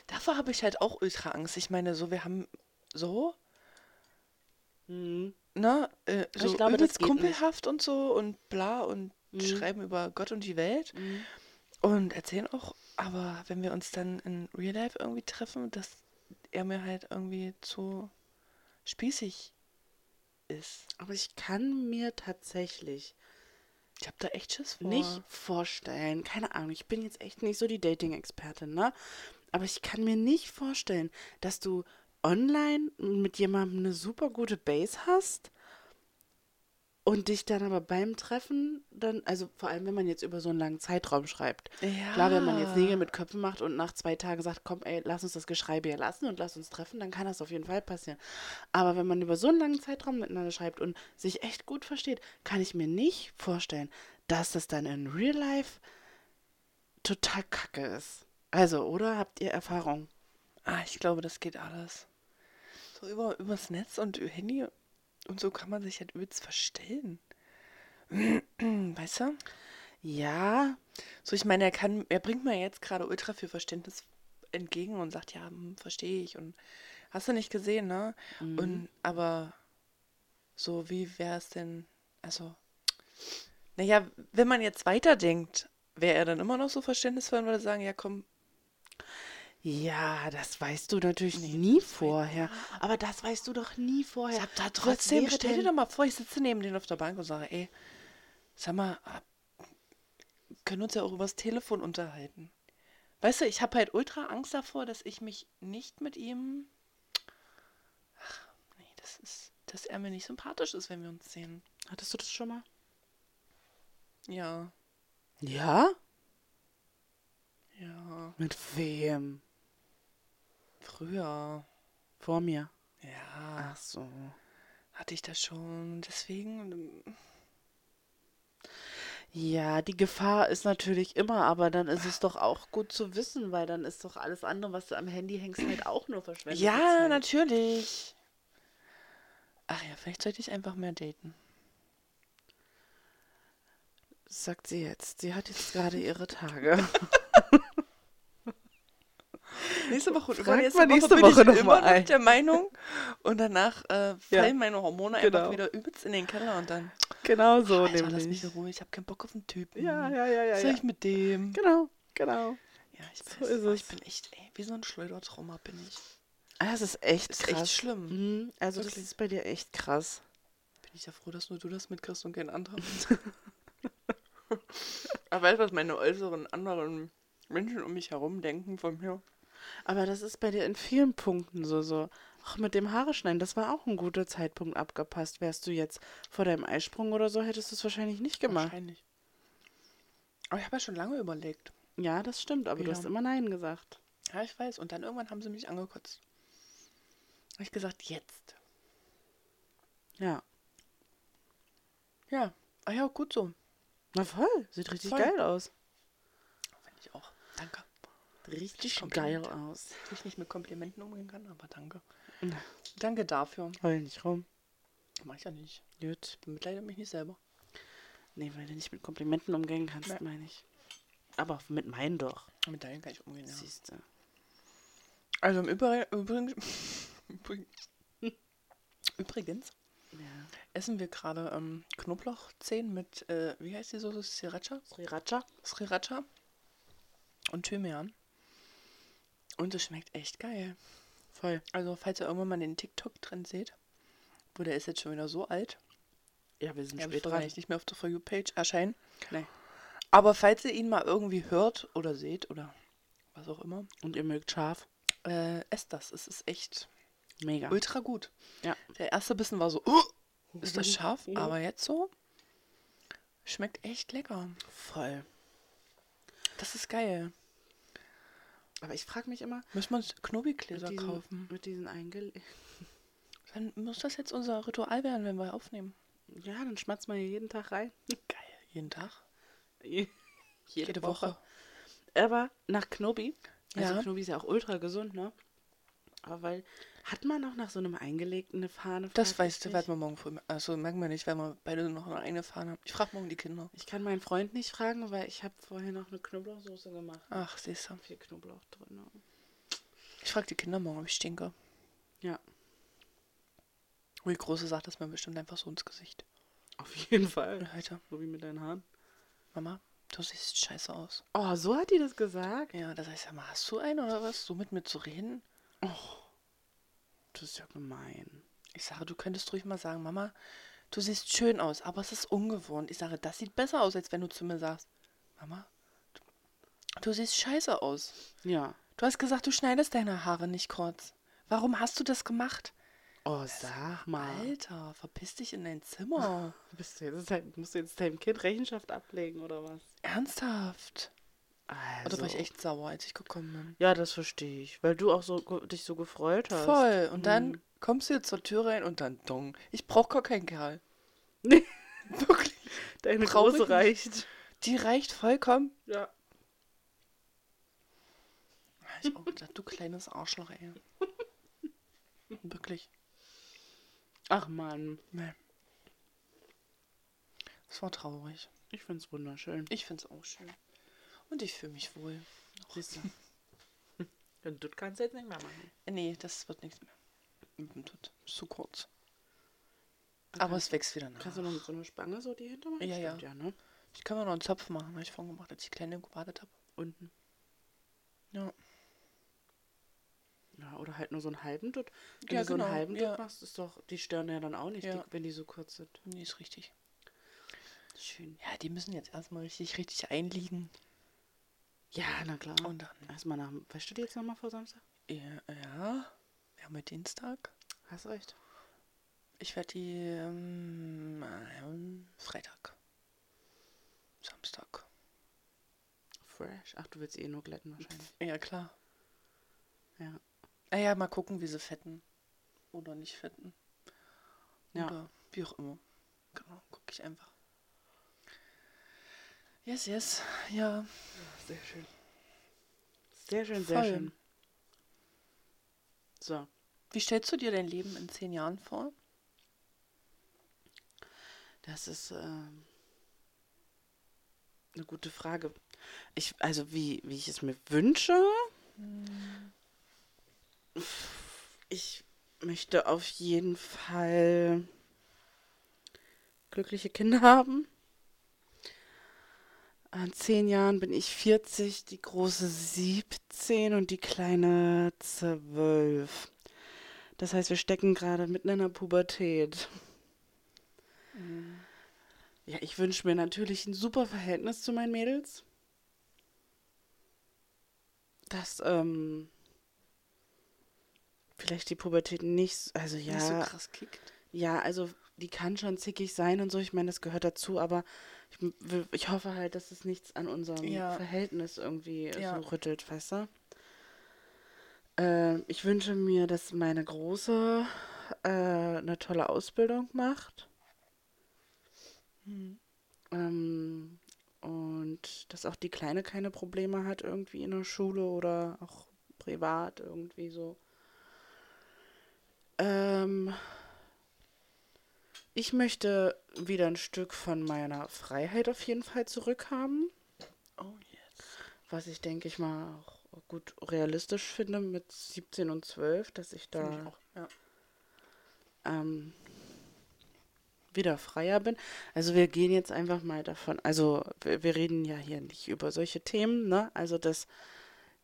S2: Davor habe ich halt auch ultra Angst. Ich meine, so, wir haben so,
S1: Mhm.
S2: ne, äh,
S1: Ich
S2: so
S1: glaube, das
S2: übelst
S1: geht
S2: kumpelhaft und so und bla und
S1: Mhm.
S2: schreiben über Gott und die Welt
S1: Mhm.
S2: und erzählen auch, aber wenn wir uns dann in Real Life irgendwie treffen, dass er mir halt irgendwie zu spießig ist.
S1: Aber ich kann mir tatsächlich
S2: Ich habe da echt Schiss vor.
S1: nicht vorstellen, keine Ahnung, ich bin jetzt echt nicht so die Dating-Expertin, ne? Aber ich kann mir nicht vorstellen, dass du online mit jemandem eine super gute Base hast und dich dann aber beim Treffen dann, also vor allem, wenn man jetzt über so einen langen Zeitraum schreibt,
S2: Ja.
S1: Klar, wenn man jetzt Nägel mit Köpfen macht und nach zwei Tagen sagt, komm, ey, lass uns das Geschrei hier lassen und lass uns treffen, dann kann das auf jeden Fall passieren. Aber wenn man über so einen langen Zeitraum miteinander schreibt und sich echt gut versteht, kann ich mir nicht vorstellen, dass das dann in Real Life total kacke ist. Also, oder habt ihr Erfahrung?
S2: Ah, ich glaube, das geht alles. So über, übers Netz und über Handy und so kann man sich halt übelst verstellen. Weißt du?
S1: Ja,
S2: So, ich meine, er kann, er bringt mir jetzt gerade ultra viel Verständnis entgegen und sagt, ja, hm, verstehe ich und hast du nicht gesehen, ne? Und aber so, wie wäre es denn, also, naja, wenn man jetzt weiterdenkt, wäre er dann immer noch so verständnisvoll und würde sagen, ja komm,
S1: ja, das weißt du natürlich nie vorher. Aber das weißt du doch nie vorher.
S2: Ich hab da
S1: Was
S2: trotzdem,
S1: wäre
S2: stell dir
S1: denn-
S2: doch mal vor, ich sitze neben denen auf der Bank und sage, ey, sag mal, ah, können uns ja auch übers Telefon unterhalten. Weißt du, ich habe halt ultra Angst davor, dass ich mich nicht mit ihm. Ach, nee, das ist, dass er mir nicht sympathisch ist, wenn wir uns sehen.
S1: Hattest du das schon mal?
S2: Ja,
S1: Ja?
S2: ja.
S1: Mit wem?
S2: Früher.
S1: Vor mir.
S2: Ja,
S1: Ach so.
S2: hatte ich das schon. Deswegen. ähm,
S1: Ja, die Gefahr ist natürlich immer, aber dann ist es doch auch gut zu wissen, weil dann ist doch alles andere, was du am Handy hängst, halt auch nur verschwendet.
S2: Ja, natürlich. Ach ja, vielleicht sollte ich einfach mehr daten.
S1: Sagt sie jetzt. Sie hat jetzt gerade ihre Tage.
S2: Nächste Woche und
S1: Fragt
S2: übernächste
S1: mal
S2: Woche
S1: nächste
S2: bin
S1: Woche
S2: ich
S1: noch
S2: immer
S1: mal ein.
S2: noch der Meinung. Und danach äh, fallen meine Hormone
S1: genau.
S2: einfach wieder übelst in den Keller und dann,
S1: Genau so
S2: Alter, lass mich
S1: nämlich.
S2: in Ruhe, ich habe keinen Bock auf den Typen.
S1: Ja, ja, ja, ja.
S2: Was soll
S1: ja.
S2: ich mit dem?
S1: Genau, genau.
S2: Ja, ich weiß.
S1: So ist
S2: aber
S1: es.
S2: Ich bin echt, ey, wie so ein Schleudertrauma bin ich.
S1: Ah, Das ist echt
S2: Ist
S1: krass.
S2: echt schlimm.
S1: Mhm, also das
S2: Wirklich.
S1: ist bei dir echt krass.
S2: Bin ich ja froh, dass nur du das mitkriegst und kein anderer. Aber weißt du, was meine äußeren anderen Menschen um mich herum denken von mir?
S1: Aber das ist bei dir in vielen Punkten so so. Ach, mit dem Haare schneiden, das war auch ein guter Zeitpunkt abgepasst. Wärst du jetzt vor deinem Eisprung oder so, hättest du es wahrscheinlich nicht gemacht.
S2: Wahrscheinlich. Aber ich habe ja schon lange überlegt.
S1: Ja, das stimmt, aber
S2: Ja.
S1: du hast immer Nein gesagt.
S2: Ja, ich weiß. Und dann irgendwann haben sie mich angekotzt. Habe ich gesagt, jetzt.
S1: Ja.
S2: Ja. Ah ja, gut so.
S1: Na voll, sieht richtig
S2: Voll.
S1: geil aus.
S2: Finde ich auch. Danke.
S1: Richtig
S2: Kompliment.
S1: geil aus.
S2: Dass ich nicht mit Komplimenten umgehen kann, aber danke.
S1: Na.
S2: Danke dafür.
S1: Heul nicht rum.
S2: Mhm. Mach ich ja nicht.
S1: Gut.
S2: Bemitleide mich nicht selber.
S1: Nee, weil du nicht mit Komplimenten umgehen kannst,
S2: Nee.
S1: meine ich. Aber mit meinen doch.
S2: Mit deinen kann ich umgehen, ja.
S1: Siehst du.
S2: Also im Übrigen, übrigens, übrigens
S1: Ja.
S2: essen wir gerade ähm, Knoblauchzehen mit, äh, wie heißt die Soße? Sriracha?
S1: Sriracha?
S2: Sriracha und Thymian. Und es schmeckt echt geil.
S1: Voll.
S2: Also falls ihr irgendwann mal den TikTok-Trend seht, wo der ist jetzt schon wieder so alt,
S1: Ja, wir sind
S2: der wird
S1: spät dran.
S2: wahrscheinlich nicht mehr auf der For You-Page erscheinen.
S1: Nee.
S2: Aber falls ihr ihn mal irgendwie hört oder seht oder was auch immer,
S1: Und ihr mögt scharf?
S2: äh, esst das. Es ist echt
S1: Mega.
S2: ultra gut.
S1: Ja.
S2: Der erste Bissen war so, "Oh, ist das scharf? Aber jetzt so, schmeckt echt lecker.
S1: Voll.
S2: Das ist geil.
S1: Aber ich frage mich immer,
S2: Müssen wir uns
S1: mit
S2: Knobi-Gläser
S1: diesen,
S2: kaufen?
S1: mit diesen eingele...
S2: Dann muss das jetzt unser Ritual werden, wenn wir aufnehmen.
S1: Ja, dann schmatzt man hier jeden Tag rein.
S2: Geil. Jeden Tag?
S1: Je- Jede,
S2: Woche.
S1: Aber nach Knobi, also
S2: Ja.
S1: Knobi ist ja auch ultra gesund, ne? Aber weil, hat man auch nach so einem eingelegten eine Fahne?
S2: Das
S1: frag ich
S2: weißt du,
S1: mich?
S2: werden wir morgen früh. Also merken wir nicht, weil wir beide noch eine eigene Fahne haben. Ich frage morgen die Kinder.
S1: Ich kann meinen Freund nicht fragen, weil ich habe vorher noch eine Knoblauchsoße gemacht.
S2: Ach, siehst du.
S1: Viel Knoblauch drin. ne?
S2: Ich frage die Kinder morgen, ob ich stinke.
S1: Ja,
S2: Und die Große sagt das mir bestimmt einfach so ins Gesicht.
S1: auf jeden Fall.
S2: Heute,
S1: So wie mit deinen Haaren.
S2: Mama, du siehst scheiße aus.
S1: Oh, so hat die das gesagt?
S2: Ja, das heißt ja mal, hast du einen oder was? So mit mir zu reden?
S1: Das ist ja gemein.
S2: Ich sage, du könntest ruhig mal sagen, Mama, du siehst schön aus, aber es ist ungewohnt. Ich sage, das sieht besser aus, als wenn du zu mir sagst, Mama, du, du siehst scheiße aus.
S1: Ja.
S2: Du hast gesagt, du schneidest deine Haare nicht kurz. Warum hast du das gemacht?
S1: Oh, sag mal.
S2: Alter, verpiss dich in dein Zimmer.
S1: Bist du jetzt dein, musst du jetzt deinem Kind Rechenschaft ablegen oder was?
S2: Ernsthaft?
S1: Also.
S2: Oder war ich echt sauer, als ich gekommen bin?
S1: ja, das verstehe ich, weil du auch so ge- dich so gefreut hast.
S2: Voll. Und dann
S1: Hm.
S2: kommst du jetzt zur Tür rein und dann dong. Ich brauch gar keinen Kerl.
S1: Nee,
S2: Wirklich.
S1: deine
S2: Traurig
S1: Große
S2: nicht.
S1: reicht.
S2: Die reicht vollkommen.
S1: Ja.
S2: Ich hab auch gedacht, du kleines Arschloch, ey. Wirklich.
S1: Ach Mann,
S2: Nee. Es war traurig.
S1: ich find's wunderschön.
S2: Ich find's auch schön. Und ich fühle mich wohl.
S1: Siehst du. Und das kannst du jetzt nicht mehr machen.
S2: Äh, Nee, das wird nichts mehr. Mit dem Tod. Ist zu kurz. Aber es wächst wieder nach.
S1: Kannst du noch mit so einer Spange so die hintermachen?
S2: Ja, ja.
S1: Stimmt, ja ne?
S2: Ich kann mir noch einen Zopf machen, habe ich vorhin gemacht, als ich die Kleine gebadet habe.
S1: Unten.
S2: Ja.
S1: Ja, oder halt nur so einen halben Dutt. Wenn
S2: Ja,
S1: du so einen
S2: genau,
S1: halben
S2: ja.
S1: Dutt machst, ist doch die Stirn ja dann auch nicht
S2: Ja.
S1: dick, wenn die so kurz sind.
S2: Nee, ist richtig.
S1: Schön.
S2: Ja, die müssen jetzt erstmal richtig, richtig einliegen.
S1: Ja, na klar.
S2: Und dann.
S1: Erstmal nach dem. Was steht jetzt nochmal vor Samstag?
S2: Ja, ja. Wir haben ja Dienstag.
S1: Hast recht.
S2: Ich werde die ähm, ähm, Freitag. Samstag.
S1: Fresh. Ach, du willst eh nur glätten wahrscheinlich.
S2: Ja, klar.
S1: Ja.
S2: Ah ja, mal gucken, wie sie fetten. Oder nicht fetten.
S1: Ja.
S2: Oder wie auch immer. Genau, gucke ich einfach. Yes, yes. Ja.
S1: Sehr schön. Sehr schön, sehr
S2: Voll.
S1: schön. So.
S2: Wie stellst du dir dein Leben in zehn Jahren vor?
S1: Das ist ähm, eine gute Frage. Ich, also wie, wie ich es mir wünsche. Ich möchte auf jeden Fall glückliche Kinder haben. In zehn Jahren bin ich 40, die große 17 und die kleine 12. Das heißt, wir stecken gerade mitten in der Pubertät.
S2: Mhm.
S1: Ja, ich wünsche mir natürlich ein super Verhältnis zu meinen Mädels. Dass ähm, vielleicht die Pubertät nicht, s- also ja,
S2: Nicht so krass kickt.
S1: ja, also die kann schon zickig sein und so. Ich meine, das gehört dazu, aber ich, m- will- ich hoffe halt, dass es nichts an unserem
S2: Ja.
S1: Verhältnis irgendwie
S2: Ja.
S1: so rüttelt, weißt du? Ähm, ich wünsche mir, dass meine Große äh, eine tolle Ausbildung macht. Hm. Ähm, und dass auch die Kleine keine Probleme hat irgendwie in der Schule oder auch privat irgendwie so. Ähm, ich möchte wieder ein Stück von meiner Freiheit auf jeden Fall zurückhaben,
S2: Oh yes.
S1: was ich denke ich mal auch gut realistisch finde mit 17 und 12, dass ich da
S2: Finde ich auch. Ja.
S1: ähm, wieder freier bin. Also wir gehen jetzt einfach mal davon, also wir, wir reden ja hier nicht über solche Themen, ne? Also dass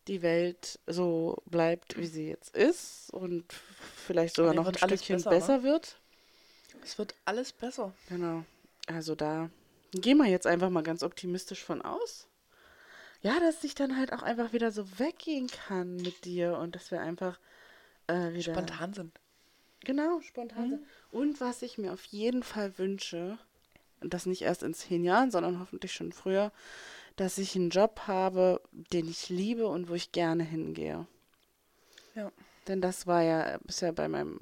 S1: die Welt so bleibt, wie sie jetzt ist und vielleicht sogar
S2: Dann
S1: noch ein
S2: wird alles
S1: Stückchen
S2: besser, ne?
S1: besser,
S2: wa?
S1: wird.
S2: Es wird alles besser.
S1: Genau. Also da gehen wir jetzt einfach mal ganz optimistisch von aus. Ja, dass ich dann halt auch einfach wieder so weggehen kann mit dir und dass wir einfach äh, wieder
S2: Spontan sind.
S1: Genau, spontan. sein. Und was ich mir auf jeden Fall wünsche, und das nicht erst in zehn Jahren, sondern hoffentlich schon früher, dass ich einen Job habe, den ich liebe und wo ich gerne hingehe.
S2: Ja.
S1: Denn das war ja bisher bei meinem,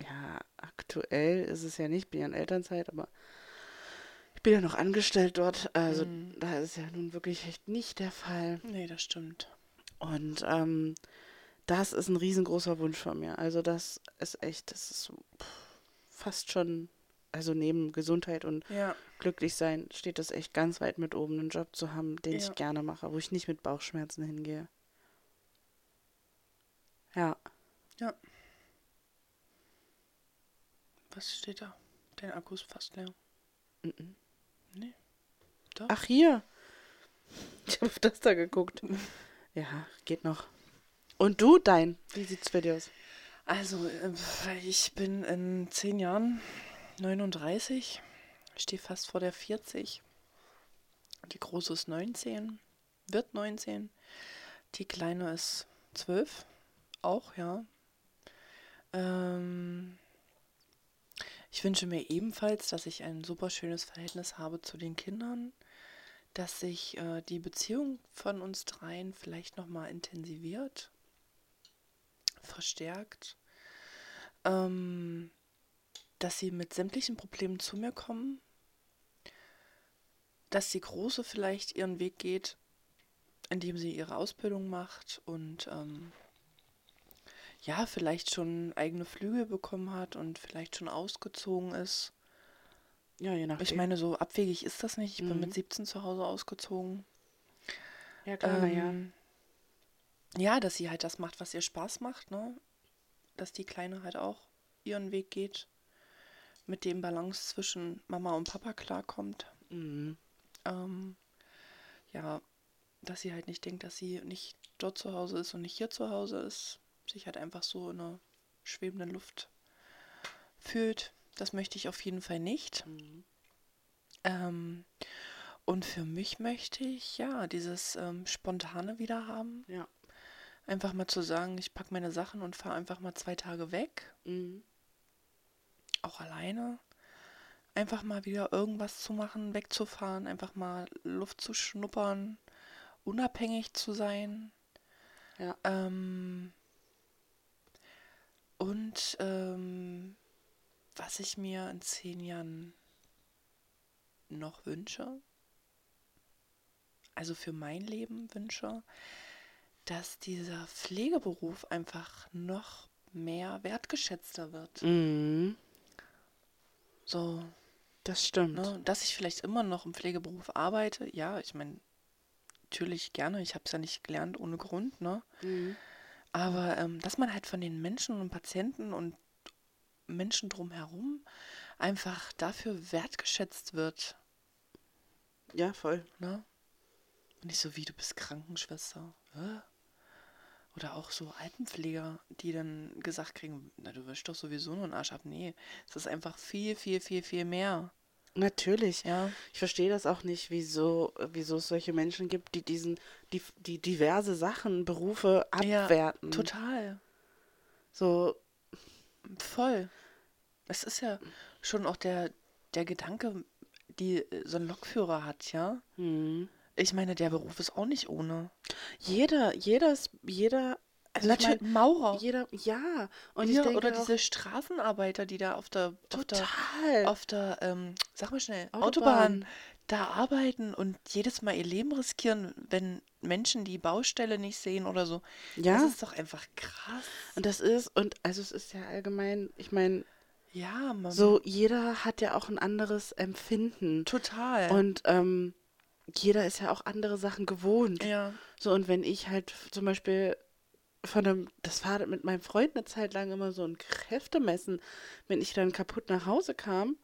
S1: ja, aktuell ist es ja nicht, bin ja in Elternzeit, aber ich bin ja noch angestellt dort, also
S2: Mhm.
S1: da ist ja nun wirklich echt nicht der Fall.
S2: Nee, das stimmt.
S1: Und ähm, das ist ein riesengroßer Wunsch von mir. Also das ist echt, das ist so, pff, fast schon, also neben Gesundheit und
S2: Ja.
S1: glücklich sein, steht das echt ganz weit mit oben, einen Job zu haben, den
S2: Ja.
S1: ich gerne mache, wo ich nicht mit Bauchschmerzen hingehe. Ja,
S2: Was steht da? Dein Akku ist fast leer.
S1: mhm.
S2: Nee. Doch.
S1: ach hier. Ich habe auf das da geguckt. Ja, geht noch. Und du, dein, wie sieht's für dich aus?
S2: Also, äh, ich bin in zehn Jahren 39, stehe fast vor der 40. Die Große ist 19, wird 19. Die Kleine ist 12, auch, ja. Ähm, ich wünsche mir ebenfalls, dass ich ein super schönes Verhältnis habe zu den Kindern, dass sich äh, die Beziehung von uns dreien vielleicht nochmal intensiviert, verstärkt ähm, dass sie mit sämtlichen Problemen zu mir kommen, dass die Große vielleicht ihren Weg geht, indem sie ihre Ausbildung macht und ähm, ja, vielleicht schon eigene Flügel bekommen hat und vielleicht schon ausgezogen ist.
S1: Ja, je nachdem.
S2: Ich meine, so abwegig ist das nicht. Ich bin
S1: Mhm.
S2: mit 17 zu Hause ausgezogen.
S1: ja, klar, Ah, ja.
S2: Ähm, ja, dass sie halt das macht, was ihr Spaß macht, ne? Dass die Kleine halt auch ihren Weg geht, mit dem Balance zwischen Mama und Papa klarkommt.
S1: Mhm.
S2: Ähm, ja, dass sie halt nicht denkt, dass sie nicht dort zu Hause ist und nicht hier zu Hause ist, sich halt einfach so in einer schwebenden Luft fühlt. Das möchte ich auf jeden Fall nicht.
S1: Mhm.
S2: Ähm, und für mich möchte ich ja dieses ähm, Spontane wieder haben.
S1: Ja.
S2: Einfach mal zu sagen, ich packe meine Sachen und fahre einfach mal zwei Tage weg,
S1: Mhm.
S2: auch alleine. Einfach mal wieder irgendwas zu machen, wegzufahren, einfach mal Luft zu schnuppern, unabhängig zu sein.
S1: Ja.
S2: Ähm, und ähm, was ich mir in zehn Jahren noch wünsche, also für mein Leben wünsche, dass dieser Pflegeberuf einfach noch mehr wertgeschätzter wird.
S1: Mhm.
S2: So,
S1: Das stimmt.
S2: ne? dass ich vielleicht immer noch im Pflegeberuf arbeite. Ja, ich meine, natürlich gerne. Ich habe es ja nicht gelernt ohne Grund, ne?
S1: Mhm.
S2: Aber ähm, dass man halt von den Menschen und Patienten und Menschen drumherum einfach dafür wertgeschätzt wird.
S1: Ja, voll.
S2: Ne? Und nicht so wie, du bist Krankenschwester. Hä? Oder auch so Altenpfleger, die dann gesagt kriegen, na du wirst doch sowieso nur einen Arsch ab. Nee, es ist einfach viel, viel, viel, viel mehr.
S1: Natürlich.
S2: Ja.
S1: Ich verstehe das auch nicht, wieso, wieso es solche Menschen gibt, die diesen, die, die diverse Sachen, Berufe
S2: Ja,
S1: abwerten.
S2: total.
S1: So,
S2: Voll. Es ist ja schon auch der, der Gedanke, die äh, so ein Lokführer hat, ja.
S1: hm.
S2: Ich meine, der Beruf ist auch nicht ohne.
S1: jeder, jeder ist, jeder, also ich
S2: Natürlich
S1: mein,
S2: Maurer.
S1: jeder, ja. Und
S2: ja,
S1: ich denke
S2: oder
S1: auch,
S2: diese Straßenarbeiter, die da auf der, auf der,
S1: total.
S2: auf der ähm, sag mal schnell, Autobahn.
S1: Autobahn.
S2: da arbeiten und jedes Mal ihr Leben riskieren, wenn Menschen die Baustelle nicht sehen oder so.
S1: ja.
S2: Das ist doch einfach krass.
S1: und das ist, und also es ist ja allgemein, ich meine,
S2: Ja, man,
S1: so jeder hat ja auch ein anderes Empfinden.
S2: total.
S1: Und ähm, jeder ist ja auch andere Sachen gewohnt.
S2: ja,
S1: So, und wenn ich halt f- zum Beispiel von einem, das war mit meinem Freund eine Zeit lang immer so ein Kräftemessen, wenn ich dann kaputt nach Hause kam,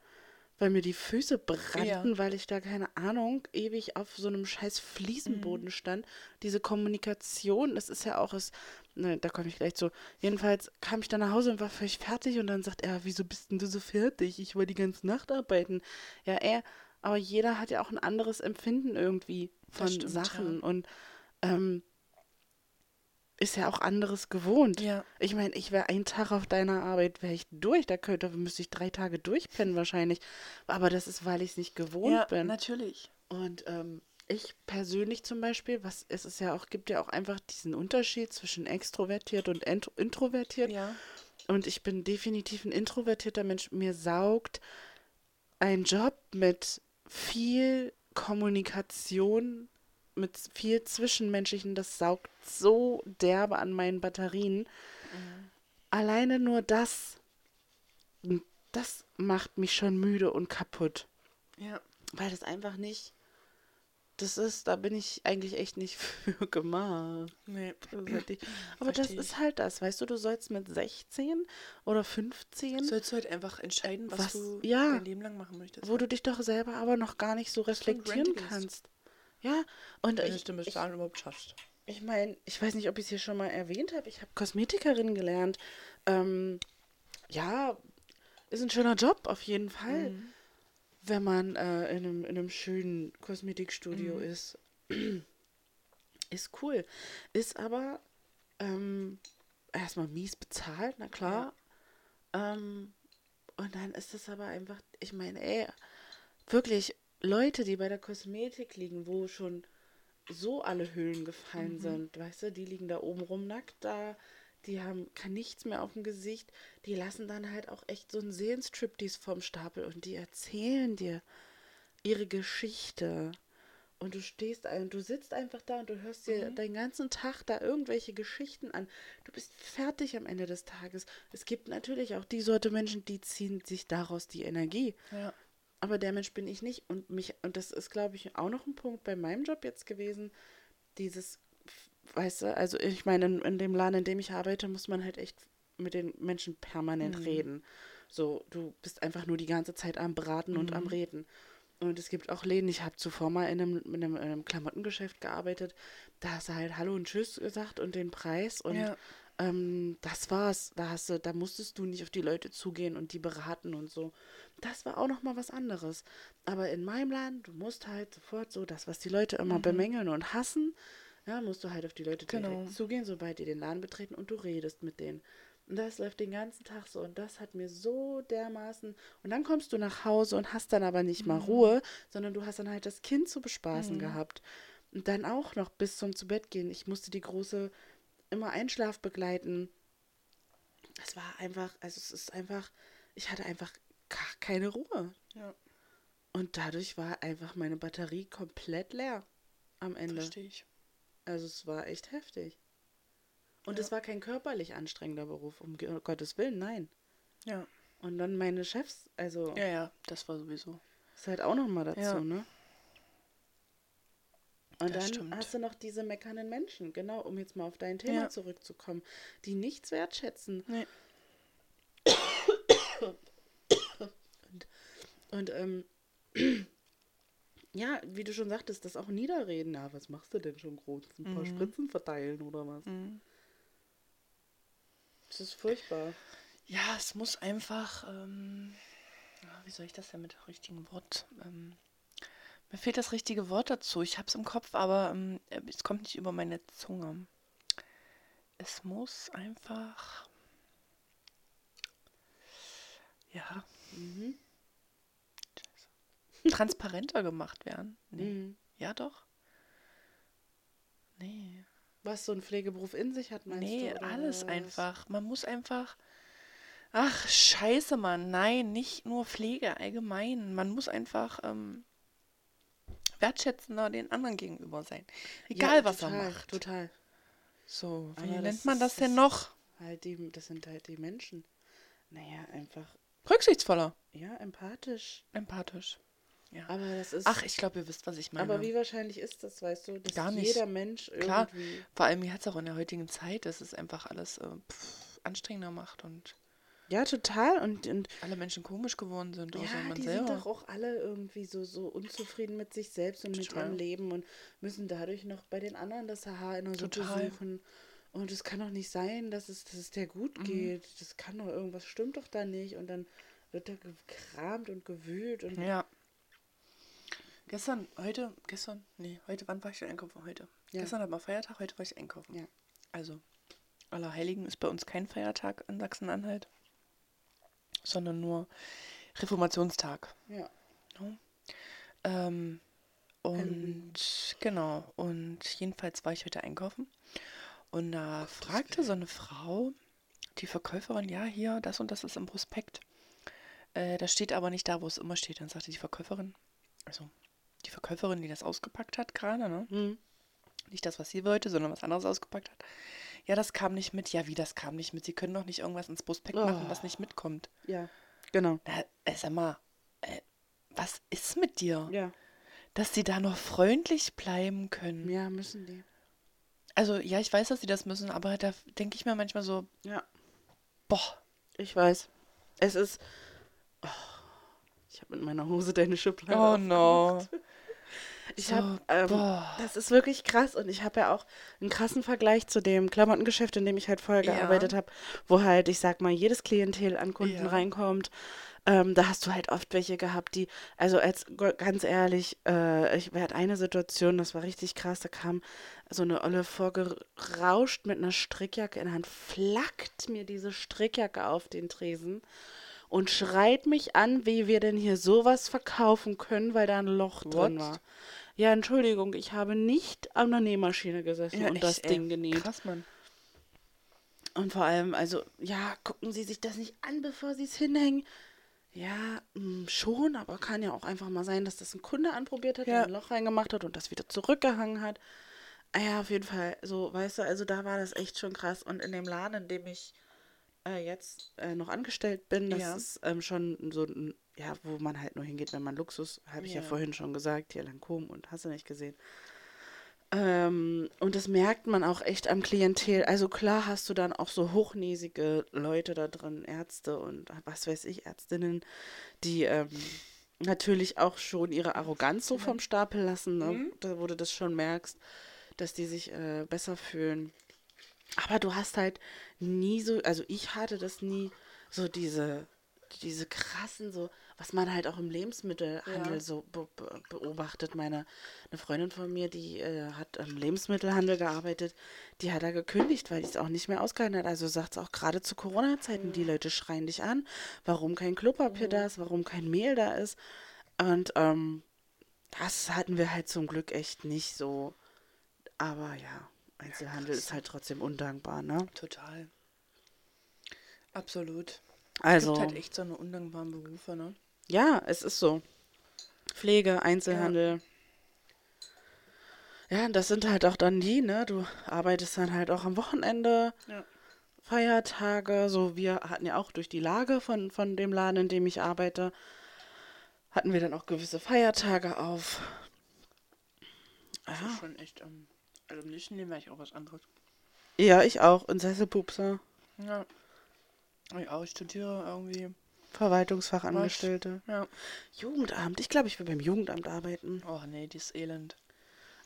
S1: weil mir die Füße brannten, weil ich da, keine Ahnung, ewig auf so einem scheiß Fliesenboden stand. Diese Kommunikation, das ist ja auch, es, ne, da komme ich gleich zu. Jedenfalls kam ich dann nach Hause und war völlig fertig und dann sagt er, wieso bist denn du so fertig? Ich wollte die ganze Nacht arbeiten. Ja, er, aber jeder hat ja auch ein anderes Empfinden irgendwie von
S2: stimmt,
S1: Sachen und ähm, ist ja auch anderes gewohnt.
S2: ja.
S1: Ich meine, ich wäre einen Tag auf deiner Arbeit, wäre ich durch, da könnte, müsste ich drei Tage durchpennen wahrscheinlich. Aber das ist, weil ich es nicht gewohnt
S2: ja, ne.
S1: bin.
S2: natürlich.
S1: Und ähm, ich persönlich zum Beispiel, was es ist ja auch, gibt ja auch einfach diesen Unterschied zwischen extrovertiert und ent- introvertiert.
S2: Ja.
S1: Und ich bin definitiv ein introvertierter Mensch. Mir saugt ein Job mit viel Kommunikation, mit viel Zwischenmenschlichen, das saugt so derbe an meinen Batterien. Mhm. Alleine nur das, das macht mich schon müde und kaputt.
S2: Ja.
S1: Weil das einfach nicht, das ist, da bin ich eigentlich echt nicht für gemacht.
S2: Nee.
S1: Das ist halt die- Aber das
S2: Versteh ich.
S1: ist halt das, weißt du, du sollst mit 16 oder 15,
S2: Sollst du halt einfach entscheiden, was,
S1: Ähm, Was-
S2: du
S1: ja.
S2: dein Leben lang machen möchtest.
S1: wo du dich doch selber aber noch gar nicht so reflektieren
S2: Rente gehst.
S1: kannst. Ja, und
S2: Wenn du
S1: ich,
S2: es dir bis
S1: ich,
S2: dahin überhaupt schaffst.
S1: ich meine, ich weiß nicht, ob ich es hier schon mal erwähnt habe, ich habe Kosmetikerin gelernt. Ähm, ja, ist ein schöner Job auf jeden Fall. wenn man äh, in, einem, in einem schönen Kosmetikstudio ist. Ist cool. Ist aber ähm, erstmal mies bezahlt, na klar. Ähm, und dann ist es aber einfach, ich meine, ey, wirklich Leute, die bei der Kosmetik liegen, wo schon so alle Höhlen gefallen sind, weißt du, die liegen da oben rum nackt da, die haben kann nichts mehr auf dem Gesicht, die lassen dann halt auch echt so einen Seelenstriptease vom Stapel und die erzählen dir ihre Geschichte. Und du stehst ein, du sitzt einfach da und du hörst dir deinen ganzen Tag da irgendwelche Geschichten an. Du bist fertig am Ende des Tages. Es gibt natürlich auch die Sorte Menschen, die ziehen sich daraus die Energie.
S2: Ja.
S1: Aber der Mensch bin ich nicht und mich und das ist glaube ich auch noch ein Punkt bei meinem Job jetzt gewesen, dieses weißt du, also ich meine in, in dem Laden, in dem ich arbeite, muss man halt echt mit den Menschen permanent reden. So, du bist einfach nur die ganze Zeit am Braten und am Reden. Und es gibt auch Läden, ich habe zuvor mal in einem, in, einem, in einem Klamottengeschäft gearbeitet, da hast du halt Hallo und Tschüss gesagt und den Preis und
S2: Ja.
S1: ähm, das war's. Da hast du, da musstest du nicht auf die Leute zugehen und die beraten und so. Das war auch noch mal was anderes. Aber in meinem Land, du musst halt sofort so das, was die Leute immer bemängeln und hassen, ja, musst du halt auf die Leute direkt
S2: Genau.
S1: zugehen, sobald die den Laden betreten und du redest mit denen. Und das läuft den ganzen Tag so und das hat mir so dermaßen. Und dann kommst du nach Hause und hast dann aber nicht
S2: Mhm.
S1: mal Ruhe, sondern du hast dann halt das Kind zu bespaßen gehabt. Und dann auch noch bis zum Zubettgehen. Ich musste die große immer Einschlaf begleiten. Es war einfach, also es ist einfach, ich hatte einfach gar keine Ruhe.
S2: Ja,
S1: Und dadurch war einfach meine Batterie komplett leer am Ende.
S2: verstehe ich.
S1: Also es war echt heftig. Und
S2: Ja.
S1: es war kein körperlich anstrengender Beruf, um Ge- Gottes Willen, nein.
S2: Ja.
S1: Und dann meine Chefs, also
S2: Ja, ja, das war sowieso.
S1: ist halt auch nochmal dazu,
S2: Ja.
S1: ne? Und
S2: Das
S1: dann
S2: stimmt.
S1: hast du noch diese meckernden Menschen, genau, um jetzt mal auf dein Thema
S2: Ja.
S1: zurückzukommen, die nichts wertschätzen.
S2: Nee.
S1: Und ähm, ja, wie du schon sagtest, das auch niederreden. Na, was machst du denn schon groß? Ein
S2: Mhm.
S1: paar Spritzen verteilen oder was? Das ist furchtbar.
S2: Ja, es muss einfach, ähm, ja, wie soll ich das denn mit dem richtigen Wort? Ähm, mir fehlt das richtige Wort dazu. Ich hab's im Kopf, aber ähm, es kommt nicht über meine Zunge. Es muss einfach. Ja. Scheiße. Transparenter gemacht werden. Nee.
S1: Mhm.
S2: Ja, doch. Nee.
S1: Was so ein Pflegeberuf in sich hat, meinst du?
S2: Nee,
S1: oder
S2: alles
S1: was?
S2: einfach. Man muss einfach. Ach, scheiße, Mann. Nein, nicht nur Pflege allgemein. Man muss einfach ähm, wertschätzender den anderen gegenüber sein. Egal,
S1: Ja,
S2: was er
S1: total,
S2: macht.
S1: Total.
S2: So, wie
S1: Aber das
S2: nennt man das
S1: ist-
S2: denn noch?
S1: Halt die, das sind halt die Menschen. Naja, einfach,
S2: Rücksichtsvoller.
S1: ja, empathisch.
S2: Empathisch. Ja.
S1: Aber das ist.
S2: Ach, ich glaube, ihr wisst, was ich meine.
S1: aber wie wahrscheinlich ist das, weißt du, dass
S2: Gar nicht.
S1: jeder Mensch
S2: Klar.
S1: irgendwie.
S2: Vor allem, mir hat es auch in der heutigen Zeit, dass es einfach alles äh, pff, anstrengender macht und
S1: Ja, total. Und, und
S2: alle Menschen komisch geworden sind, außer
S1: ja,
S2: man
S1: die
S2: selber.
S1: sind doch auch alle irgendwie so, so unzufrieden mit sich selbst und mit
S2: Total.
S1: ihrem Leben und müssen dadurch noch bei den anderen das Haar in der Suppe
S2: Total.
S1: suchen. Und es kann doch nicht sein, dass es, dass es der gut
S2: Mhm.
S1: geht. Das kann doch irgendwas stimmt doch da nicht. Und dann wird da gekramt und gewühlt und
S2: Ja. Gestern, heute, gestern, nee, heute, wann war ich denn einkaufen? Heute.
S1: Ja.
S2: Gestern hat man Feiertag, heute war ich einkaufen.
S1: Ja.
S2: Also, Allerheiligen ist bei uns kein Feiertag in Sachsen-Anhalt, sondern nur Reformationstag.
S1: ja.
S2: Ähm,
S1: Halloween.
S2: und genau, und jedenfalls war ich heute einkaufen und da fragte so eine Frau, die Verkäuferin, ja, hier, das und das ist im Prospekt. Äh, das steht aber nicht da, wo es immer steht. Dann sagte die Verkäuferin, also die Verkäuferin, die das ausgepackt hat gerade, ne?
S1: Hm.
S2: Nicht das, was sie wollte, sondern was anderes ausgepackt hat. Ja, das kam nicht mit. Ja, wie, das kam nicht mit? Sie können doch nicht irgendwas ins Prospekt machen,
S1: Oh.
S2: was nicht mitkommt.
S1: Ja, genau.
S2: Na, äh, sag mal, äh, was ist mit dir?
S1: Ja.
S2: dass sie da noch freundlich bleiben können.
S1: Ja, müssen die.
S2: Also ja, ich weiß, dass sie das müssen, aber da denke ich mir manchmal so,
S1: Ja,
S2: boah,
S1: ich weiß. Es ist. Oh, ich habe mit meiner Hose deine Schublade.
S2: oh
S1: aufgemacht.
S2: no.
S1: Ich
S2: So,
S1: habe, ähm,
S2: boah.
S1: das ist wirklich krass und ich habe ja auch einen krassen Vergleich zu dem Klamottengeschäft, in dem ich halt vorher
S2: Ja.
S1: gearbeitet habe, wo halt, ich sag mal, jedes Klientel an Kunden
S2: Ja.
S1: reinkommt. Ähm, da hast du halt oft welche gehabt, die, also als go- ganz ehrlich, äh, ich hatte eine Situation, das war richtig krass, da kam so eine Olle vorgerauscht mit einer Strickjacke in der Hand, flackt mir diese Strickjacke auf den Tresen und schreit mich an, wie wir denn hier sowas verkaufen können, weil da ein Loch
S2: What?
S1: drin war. Ja, Entschuldigung, ich habe nicht an der Nähmaschine gesessen
S2: Ja,
S1: und das
S2: echt, ey.
S1: Ding genäht.
S2: Krass, Mann.
S1: Und vor allem, also, ja, gucken Sie sich das nicht an, bevor Sie es hinhängen. Ja, mm, schon, aber kann ja auch einfach mal sein, dass das ein Kunde anprobiert hat,
S2: Ja.
S1: der ein Loch reingemacht hat und das wieder zurückgehangen hat. Ah Ja, auf jeden Fall. So, weißt du, also da war das echt schon krass. Und in dem Laden, in dem ich äh, jetzt äh, noch angestellt bin, das
S2: Ja.
S1: ist ähm, schon so ein, ja, wo man halt nur hingeht, wenn man Luxus, habe ich ja
S2: Ja.
S1: vorhin schon gesagt, hier Lancôme und hast du nicht gesehen. Ähm, und das merkt man auch echt am Klientel. Also klar hast du dann auch so hochnäsige Leute da drin, Ärzte und was weiß ich, Ärztinnen, die ähm, natürlich auch schon ihre Arroganz so vom Stapel lassen, ne? da, wo du das schon merkst, dass die sich äh, besser fühlen. Aber du hast halt nie so, also ich hatte das nie, so diese, diese krassen, so, was man halt auch im Lebensmittelhandel
S2: Ja.
S1: so be be beobachtet. Meine eine Freundin von mir, die äh, hat im Lebensmittelhandel gearbeitet, die hat da gekündigt, weil die es auch nicht mehr ausgehalten hat. Also sagt es auch gerade zu Corona-Zeiten, die Leute schreien dich an, warum kein Klopapier da ist, warum kein Mehl da ist. Und ähm, das hatten wir halt zum Glück echt nicht so. Aber ja, Einzelhandel ist halt trotzdem undankbar, ne?
S2: Total. Absolut. Es
S1: Also,
S2: gibt halt echt so eine undankbaren Berufe, ne?
S1: ja, es ist so. Pflege, Einzelhandel. Ja, und das sind halt auch dann die, ne? Du arbeitest dann halt auch am Wochenende,
S2: Ja.
S1: Feiertage, so wir hatten ja auch durch die Lage von, von dem Laden, in dem ich arbeite, hatten wir dann auch gewisse Feiertage auf. Das
S2: Ah.
S1: ist schon
S2: echt. Ähm, also am liebsten nehme ich auch was anderes.
S1: Ja, ich auch. Und Sesselpupser,
S2: Ja. Ich auch, ich studiere irgendwie.
S1: Verwaltungsfachangestellte.
S2: Ja.
S1: Jugendamt. Ich glaube, ich will beim Jugendamt arbeiten.
S2: Oh nee, dieses Elend.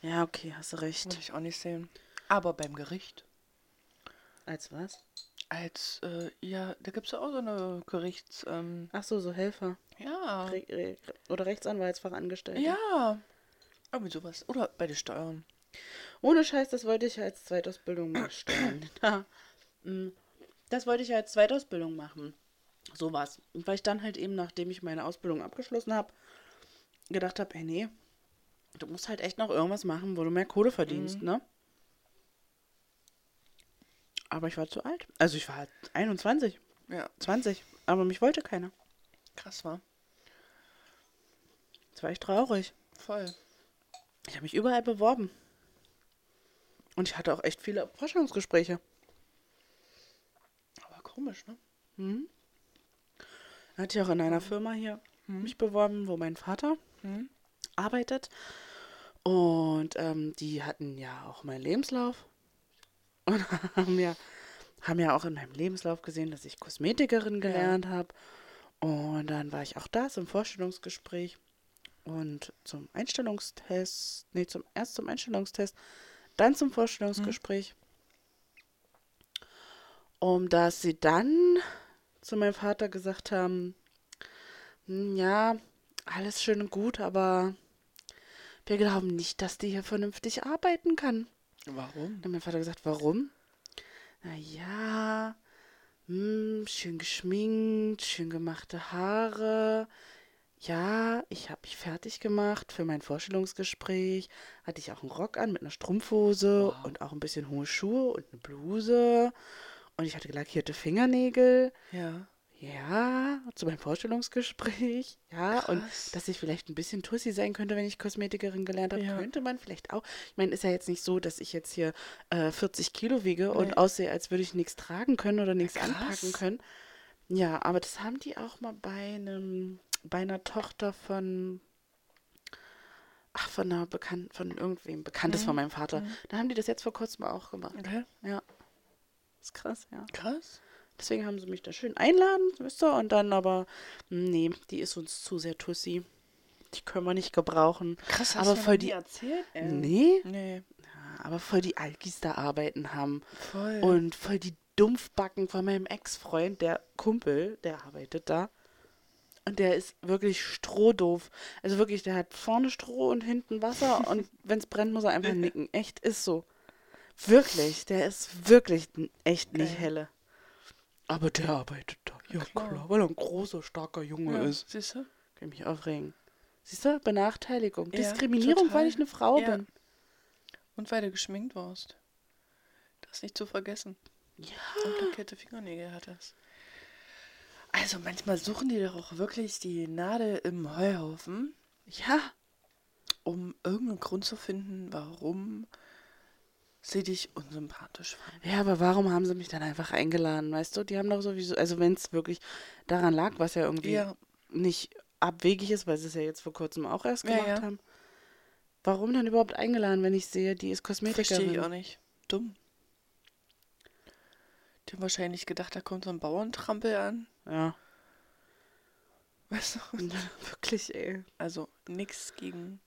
S1: Ja, okay, hast du recht.
S2: Muss ich auch nicht sehen. Aber beim Gericht.
S1: Als was?
S2: Als, äh, ja, da gibt es ja auch so eine Gerichts, ähm,
S1: Ach so, so Helfer.
S2: ja.
S1: Re Re oder Rechtsanwaltsfachangestellte.
S2: Ja. Irgendwie sowas. Oder bei den Steuern.
S1: Ohne Scheiß, das wollte ich ja als Zweitausbildung mal stellen. Da, mm, das wollte ich ja als Zweitausbildung machen. Sowas. Und weil ich dann halt eben, nachdem ich meine Ausbildung abgeschlossen habe, gedacht habe, ey, nee, du musst halt echt noch irgendwas machen, wo du mehr Kohle verdienst, ne? Aber ich war zu alt. Also ich war halt 21,
S2: Ja.
S1: 20, aber mich wollte keiner.
S2: Krass war.
S1: Das war echt traurig.
S2: Voll.
S1: Ich habe mich überall beworben. Und ich hatte auch echt viele Forschungsgespräche.
S2: Aber komisch, ne?
S1: Hatte ich auch in einer Firma hier mich beworben, wo mein Vater
S2: Mhm.
S1: arbeitet. Und ähm, die hatten ja auch meinen Lebenslauf. Und haben ja, haben ja auch in meinem Lebenslauf gesehen, dass ich Kosmetikerin gelernt habe. Und dann war ich auch da zum Vorstellungsgespräch und zum Einstellungstest. Nee, zum, erst zum Einstellungstest, dann zum Vorstellungsgespräch. Um dass sie dann zu meinem Vater gesagt haben, "Hm, ja, alles schön und gut, aber wir glauben nicht, dass die hier vernünftig arbeiten kann.
S2: Warum?
S1: Dann hat mein Vater gesagt, warum? Naja, hm, schön geschminkt, schön gemachte Haare. Ja, ich habe mich fertig gemacht für mein Vorstellungsgespräch. Hatte ich auch einen Rock an mit einer Strumpfhose
S2: Wow.
S1: und auch ein bisschen hohe Schuhe und eine Bluse. Und ich hatte lackierte Fingernägel.
S2: Ja.
S1: Ja, zu meinem Vorstellungsgespräch. Ja, und
S2: Krass.
S1: dass ich vielleicht ein bisschen Tussi sein könnte, wenn ich Kosmetikerin gelernt habe,
S2: Ja.
S1: könnte man vielleicht auch. Ich meine, ist ja jetzt nicht so, dass ich jetzt hier äh, 40 Kilo wiege
S2: Nee.
S1: und aussehe, als würde ich nichts tragen können oder nichts
S2: krass.
S1: anpacken können. Ja, aber das haben die auch mal bei einem, bei einer Tochter von, ach, von einer Bekannten, von irgendwem, Bekanntes von meinem Vater. Da haben die das jetzt vor kurzem auch gemacht.
S2: Mhm. Okay.
S1: Ja. Ist krass, ja.
S2: Krass.
S1: Deswegen haben sie mich da schön einladen, wisst ihr, und dann aber, hm, nee, die ist uns zu sehr Tussi. Die können wir nicht gebrauchen.
S2: Krass,
S1: aber voll die,
S2: erzählt?
S1: nee,
S2: Nee.
S1: ja, aber voll die Alkis da arbeiten haben
S2: Voll.
S1: und voll die Dumpfbacken von meinem Ex-Freund, der Kumpel, der arbeitet da. Und der ist wirklich strohdoof. Also wirklich, der hat vorne Stroh und hinten Wasser und wenn es brennt, muss er einfach nicken. Echt, ist so. Wirklich, der ist wirklich n- echt nicht
S2: Geil.
S1: helle. Aber der arbeitet da. Ja,
S2: klar.
S1: klar. weil er ein großer, starker Junge
S2: ja.
S1: ist.
S2: Siehst du?
S1: Kann mich aufregen. Siehst du? Benachteiligung.
S2: Ja,
S1: Diskriminierung,
S2: total.
S1: weil ich eine Frau
S2: Ja.
S1: bin.
S2: Und weil du geschminkt warst. Das nicht zu vergessen.
S1: Ja.
S2: Und lackierte Fingernägel hattest. Also manchmal suchen die doch auch wirklich die Nadel im Heuhaufen,
S1: Ja.
S2: um irgendeinen Grund zu finden, warum sie dich unsympathisch fanden.
S1: Ja, aber warum haben sie mich dann einfach eingeladen, weißt du? Die haben doch sowieso, also wenn es wirklich daran lag, was ja irgendwie
S2: Ja.
S1: nicht abwegig ist, weil sie es ja jetzt vor kurzem auch erst
S2: Ja,
S1: gemacht
S2: ja.
S1: haben. Warum dann überhaupt eingeladen, wenn ich sehe, die ist
S2: Verstehe ich auch
S1: Kosmetikerin?
S2: nicht. Dumm. Die haben wahrscheinlich gedacht, da kommt so ein Bauerntrampel an.
S1: Ja,
S2: Weißt du?
S1: wirklich, ey.
S2: Also nichts gegen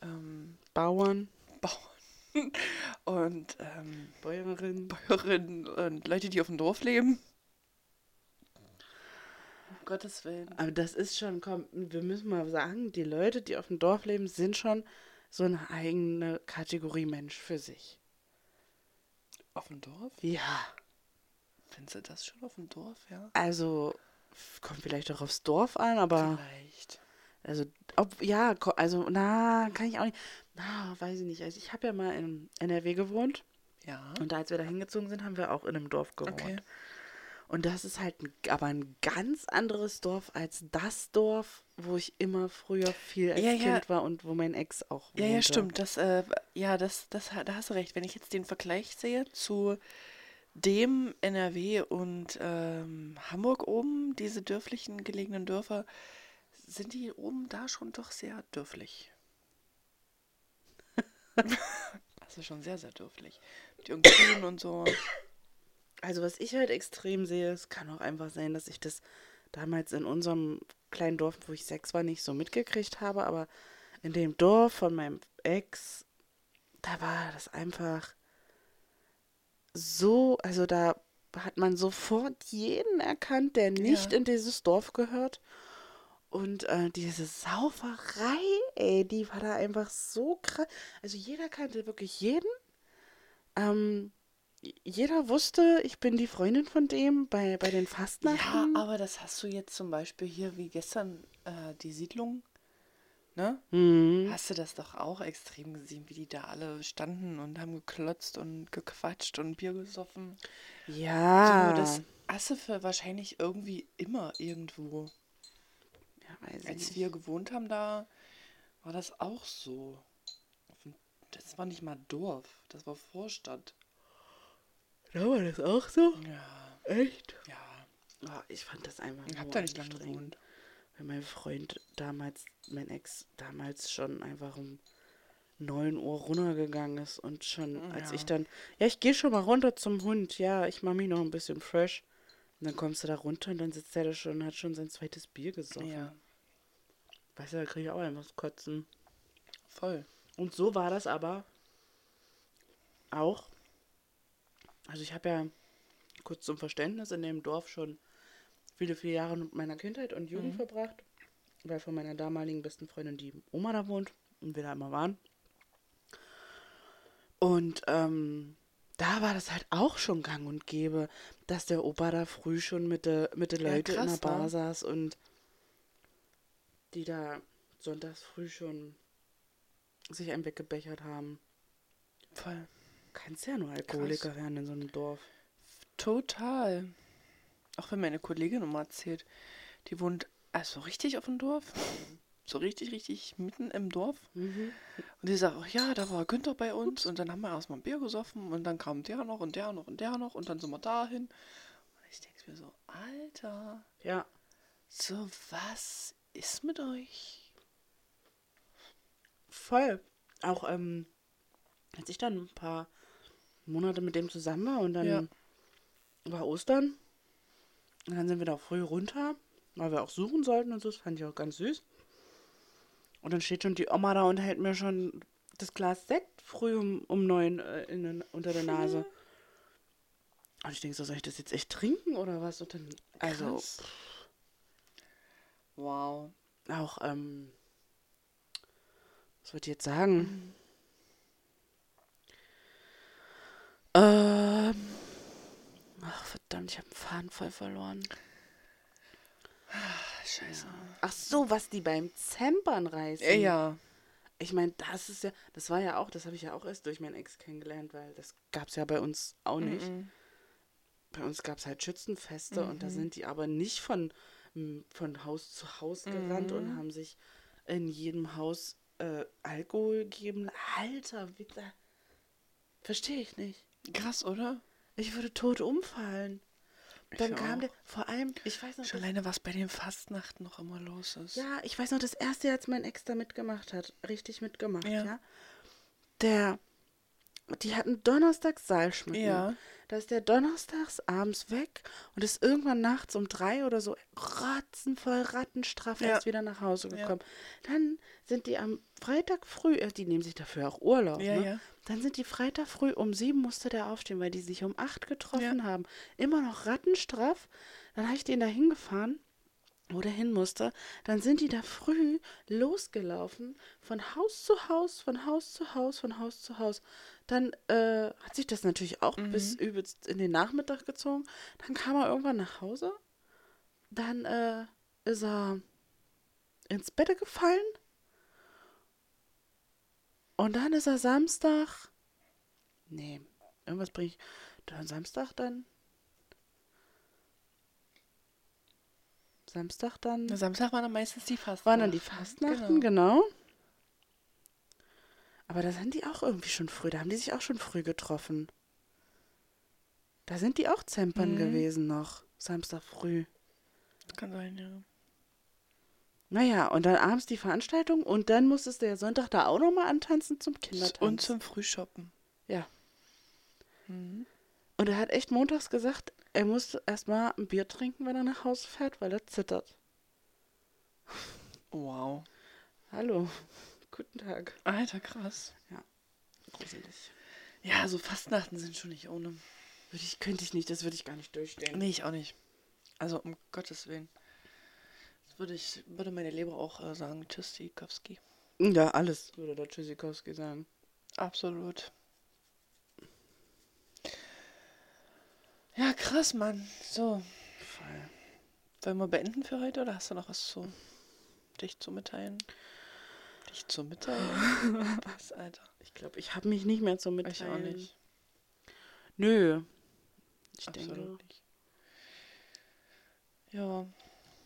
S2: ähm,
S1: Bauern,
S2: Bauern und ähm,
S1: Bäuerinnen.
S2: Bäuerinnen und Leute, die auf dem Dorf leben. Um Gottes Willen.
S1: Aber das ist schon, komm, wir müssen mal sagen, die Leute, die auf dem Dorf leben, sind schon so eine eigene Kategorie Mensch für sich.
S2: Auf dem Dorf?
S1: Ja.
S2: Findest du das schon auf dem Dorf, ja?
S1: Also, f- kommt vielleicht auch aufs Dorf an, aber.
S2: Vielleicht.
S1: Also, ob, ja, ko- also, na, kann ich auch nicht. Na, weiß ich nicht. Also, ich habe ja mal in NRW gewohnt.
S2: Ja.
S1: Und als wir da hingezogen sind, haben wir auch in einem Dorf gewohnt.
S2: Mhm. Okay.
S1: Und das ist halt ein, aber ein ganz anderes Dorf als das Dorf, wo ich immer früher viel als
S2: Ja, ja.
S1: Kind war und wo mein Ex auch
S2: Ja,
S1: wohnte.
S2: ja, stimmt. Das, äh, ja, das, das, ha- da hast du recht. Wenn ich jetzt den Vergleich sehe zu dem NRW und ähm, Hamburg oben, diese dörflichen gelegenen Dörfer, sind die oben da schon doch sehr dörflich. Also schon sehr, sehr dürftig. Mit ihren Kühen und so.
S1: Also was ich halt extrem sehe, es kann auch einfach sein, dass ich das damals in unserem kleinen Dorf, wo ich sechs war, nicht so mitgekriegt habe, aber in dem Dorf von meinem Ex, da war das einfach so, also da hat man sofort jeden erkannt, der nicht
S2: Ja.
S1: in dieses Dorf gehört. Und äh, diese Sauferei, ey, die war da einfach so krass. Also jeder kannte wirklich jeden. Ähm, j- jeder wusste, ich bin die Freundin von dem bei, bei den
S2: Ja,
S1: Fastnachten.
S2: aber das hast du jetzt zum Beispiel hier wie gestern äh, die Siedlung, ne?
S1: Mhm.
S2: Hast du das doch auch extrem gesehen, wie die da alle standen und haben geklotzt und gequatscht und Bier gesoffen.
S1: Ja.
S2: So, das asse für wahrscheinlich irgendwie immer irgendwo.
S1: ja, weiß ich
S2: Als
S1: nicht.
S2: wir gewohnt haben da, war das auch so. Das war nicht mal Dorf, das war Vorstadt.
S1: Da war das auch so?
S2: Ja,
S1: Echt?
S2: ja.
S1: Oh, ich fand das einfach
S2: Ich hab
S1: nur
S2: da nicht lange
S1: anstrengend.
S2: gewohnt.
S1: Weil mein Freund damals, mein Ex, damals schon einfach um 9 Uhr runtergegangen ist und schon, als
S2: Ja.
S1: ich dann, ja, ich gehe schon mal runter zum Hund, ja, ich mache mich noch ein bisschen fresh. Und dann kommst du da runter und dann sitzt er da schon und hat schon sein zweites Bier gesoffen.
S2: Ja,
S1: Weißt du, da kriege ich auch einfach das Kotzen.
S2: voll.
S1: Und so war das aber auch. Also ich habe ja kurz zum Verständnis in dem Dorf schon viele, viele Jahre meiner Kindheit und Jugend
S2: Mhm.
S1: verbracht, weil von meiner damaligen besten Freundin die Oma da wohnt und wir da immer waren. Und ähm, da war das halt auch schon gang und gäbe, dass der Opa da früh schon mit den mit de
S2: Ja,
S1: Leuten in der
S2: krass,
S1: Bar
S2: ne?
S1: saß und die da sonntags früh schon sich einen weggebechert haben.
S2: Voll.
S1: Kannst ja nur Alkoholiker werden in so einem Dorf.
S2: Total. Auch wenn meine Kollegin immer erzählt, die wohnt also richtig auf dem Dorf. So richtig, richtig mitten im Dorf.
S1: Mhm.
S2: Und die sagt auch, ja, da war Günther bei uns und dann haben wir erstmal ein Bier gesoffen und dann kam der noch und der noch und der noch und dann sind wir dahin. Und ich denke mir so, Alter,
S1: Ja.
S2: so was ist mit euch?
S1: Voll. Auch ähm, als ich dann ein paar Monate mit dem zusammen war und dann
S2: Ja.
S1: war Ostern. Und dann sind wir da früh runter, weil wir auch suchen sollten und so. Das fand ich auch ganz süß. Und dann steht schon die Oma da und hält mir schon das Glas Sekt früh um, um neun äh, in, den- unter der Nase. Und ich denke so, soll ich das jetzt echt trinken oder was? Und dann, also,
S2: Krass. Wow.
S1: auch, ähm, was wollte ich jetzt sagen? Ähm, ach verdammt, ich habe den Faden voll verloren.
S2: Scheiße.
S1: Ach so, was die beim Zempern reißen.
S2: Ja. ja.
S1: Ich meine, das ist ja, das war ja auch, das habe ich ja auch erst durch meinen Ex kennengelernt, weil das gab es ja bei uns auch nicht.
S2: Mhm.
S1: Bei uns gab es halt Schützenfeste und da sind die aber nicht von, m, von Haus zu Haus gerannt
S2: Mhm.
S1: und haben sich in jedem Haus äh, Alkohol gegeben. Alter, wie da. Verstehe ich nicht.
S2: Krass, oder?
S1: Ich würde tot umfallen.
S2: Ich
S1: Dann kam
S2: auch.
S1: der, vor allem, ich weiß noch,
S2: Schon
S1: das,
S2: alleine, was bei den Fastnachten noch immer los ist.
S1: ja, ich weiß noch, das erste Jahr, als mein Ex da mitgemacht hat, richtig mitgemacht, ja.
S2: Ja.
S1: Der, die hatten Donnerstags Seilschmücken.
S2: Ja.
S1: Da ist der donnerstags abends weg und ist irgendwann nachts um drei oder so ratzenvoll, rattenstraff
S2: Ja.
S1: erst wieder nach Hause
S2: Ja.
S1: gekommen. Dann sind die am Freitag früh, äh, die nehmen sich dafür auch Urlaub,
S2: Ja,
S1: ne?
S2: ja.
S1: Dann sind die Freitag früh um sieben musste der aufstehen, weil die sich um acht getroffen
S2: Ja.
S1: haben. Immer noch rattenstraff. Dann habe ich den da hingefahren wo der hin musste, dann sind die da früh losgelaufen, von Haus zu Haus, von Haus zu Haus, von Haus zu Haus. Dann äh, hat sich das natürlich auch bis übelst in den Nachmittag gezogen. Dann kam er irgendwann nach Hause. Dann äh, ist er ins Bett gefallen. Und dann ist er Samstag. Nee, irgendwas bringe ich. Dann Samstag dann. Samstag dann.
S2: Na, Samstag waren dann meistens die Fastnachten.
S1: Waren dann die Fastnachten, genau. Aber da sind die auch irgendwie schon früh, da haben die sich auch schon früh getroffen. Da sind die auch Mhm.
S2: Genau.
S1: Zempern gewesen noch, Samstag früh.
S2: Kann sein, ja.
S1: Naja, und dann abends die Veranstaltung und dann musstest du ja Sonntag da auch nochmal antanzen zum Kindertanz.
S2: Und zum Frühshoppen.
S1: ja.
S2: Mhm.
S1: Und er hat echt montags gesagt, er muss erstmal ein Bier trinken, wenn er nach Hause fährt, weil er zittert.
S2: Wow.
S1: Hallo. Guten Tag.
S2: Alter, krass.
S1: Gruselig.
S2: Ja, so Fastnachten sind schon nicht ohne.
S1: Würde ich, könnte ich nicht, das würde ich gar nicht durchstehen.
S2: Nee, ich auch nicht. Also um Gottes Willen. Das würde ich, würde meine Leber auch äh, sagen, tschüss, Sikowski.
S1: Ja, alles, würde der Tschüssikowski sagen.
S2: Absolut. Ja, krass, Mann. So,
S1: Voll.
S2: wollen wir beenden für heute oder hast du noch was zu dich zu mitteilen? Dich zu mitteilen? Was, Alter?
S1: Ich glaube, ich habe mich nicht mehr zum
S2: Ich
S1: Mitteilen.
S2: auch nicht.
S1: Nö. Ich denke.
S2: Absolut nicht. Ja,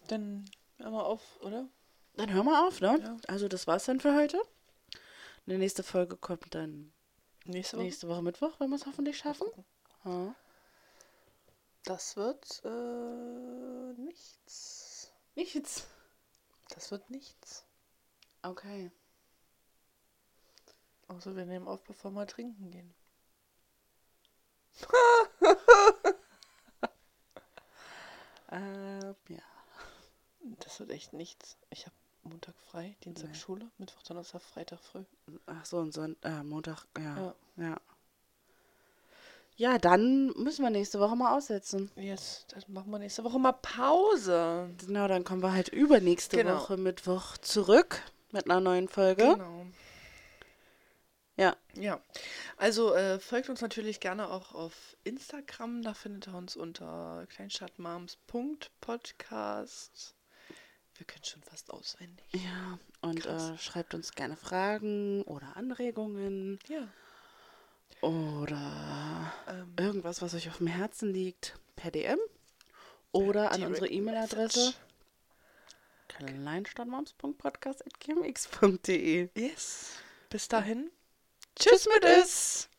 S2: dann hören wir auf, oder?
S1: Dann hör mal auf, ne?
S2: Ja.
S1: Also das war's dann für heute. Eine nächste Folge kommt dann
S2: Nächste Woche.
S1: nächste Woche Mittwoch, wenn wir es hoffentlich schaffen. Ja.
S2: Das wird äh, nichts.
S1: Nichts.
S2: Das wird nichts.
S1: Okay.
S2: Außer wir nehmen auf, bevor wir trinken gehen.
S1: Ähm, ja.
S2: Das wird echt nichts. Ich habe Montag frei, Dienstag
S1: Nee.
S2: Schule, Mittwoch, Donnerstag, Freitag früh.
S1: Ach so, und Sonntag, äh, Montag, ja.
S2: Ja.
S1: Ja. Ja, dann müssen wir nächste Woche mal aussetzen.
S2: Jetzt dann machen wir nächste Woche mal Pause.
S1: Genau, dann kommen wir halt übernächste
S2: Genau.
S1: Woche Mittwoch zurück mit einer neuen Folge.
S2: Genau.
S1: Ja.
S2: Ja. Also äh, folgt uns natürlich gerne auch auf Instagram. Da findet ihr uns unter kleinstadtmoms.podcast. Wir können schon fast auswendig.
S1: Ja, und
S2: Krass.
S1: äh, schreibt uns gerne Fragen oder Anregungen
S2: Ja.
S1: oder
S2: Ähm,
S1: irgendwas, was euch auf dem Herzen liegt, per DM oder an
S2: Direct
S1: unsere E-Mail-Adresse
S2: Message.
S1: kleinstadtmoms.podcast.gmx.de.
S2: Yes. Bis dahin.
S1: Tschüss mit es!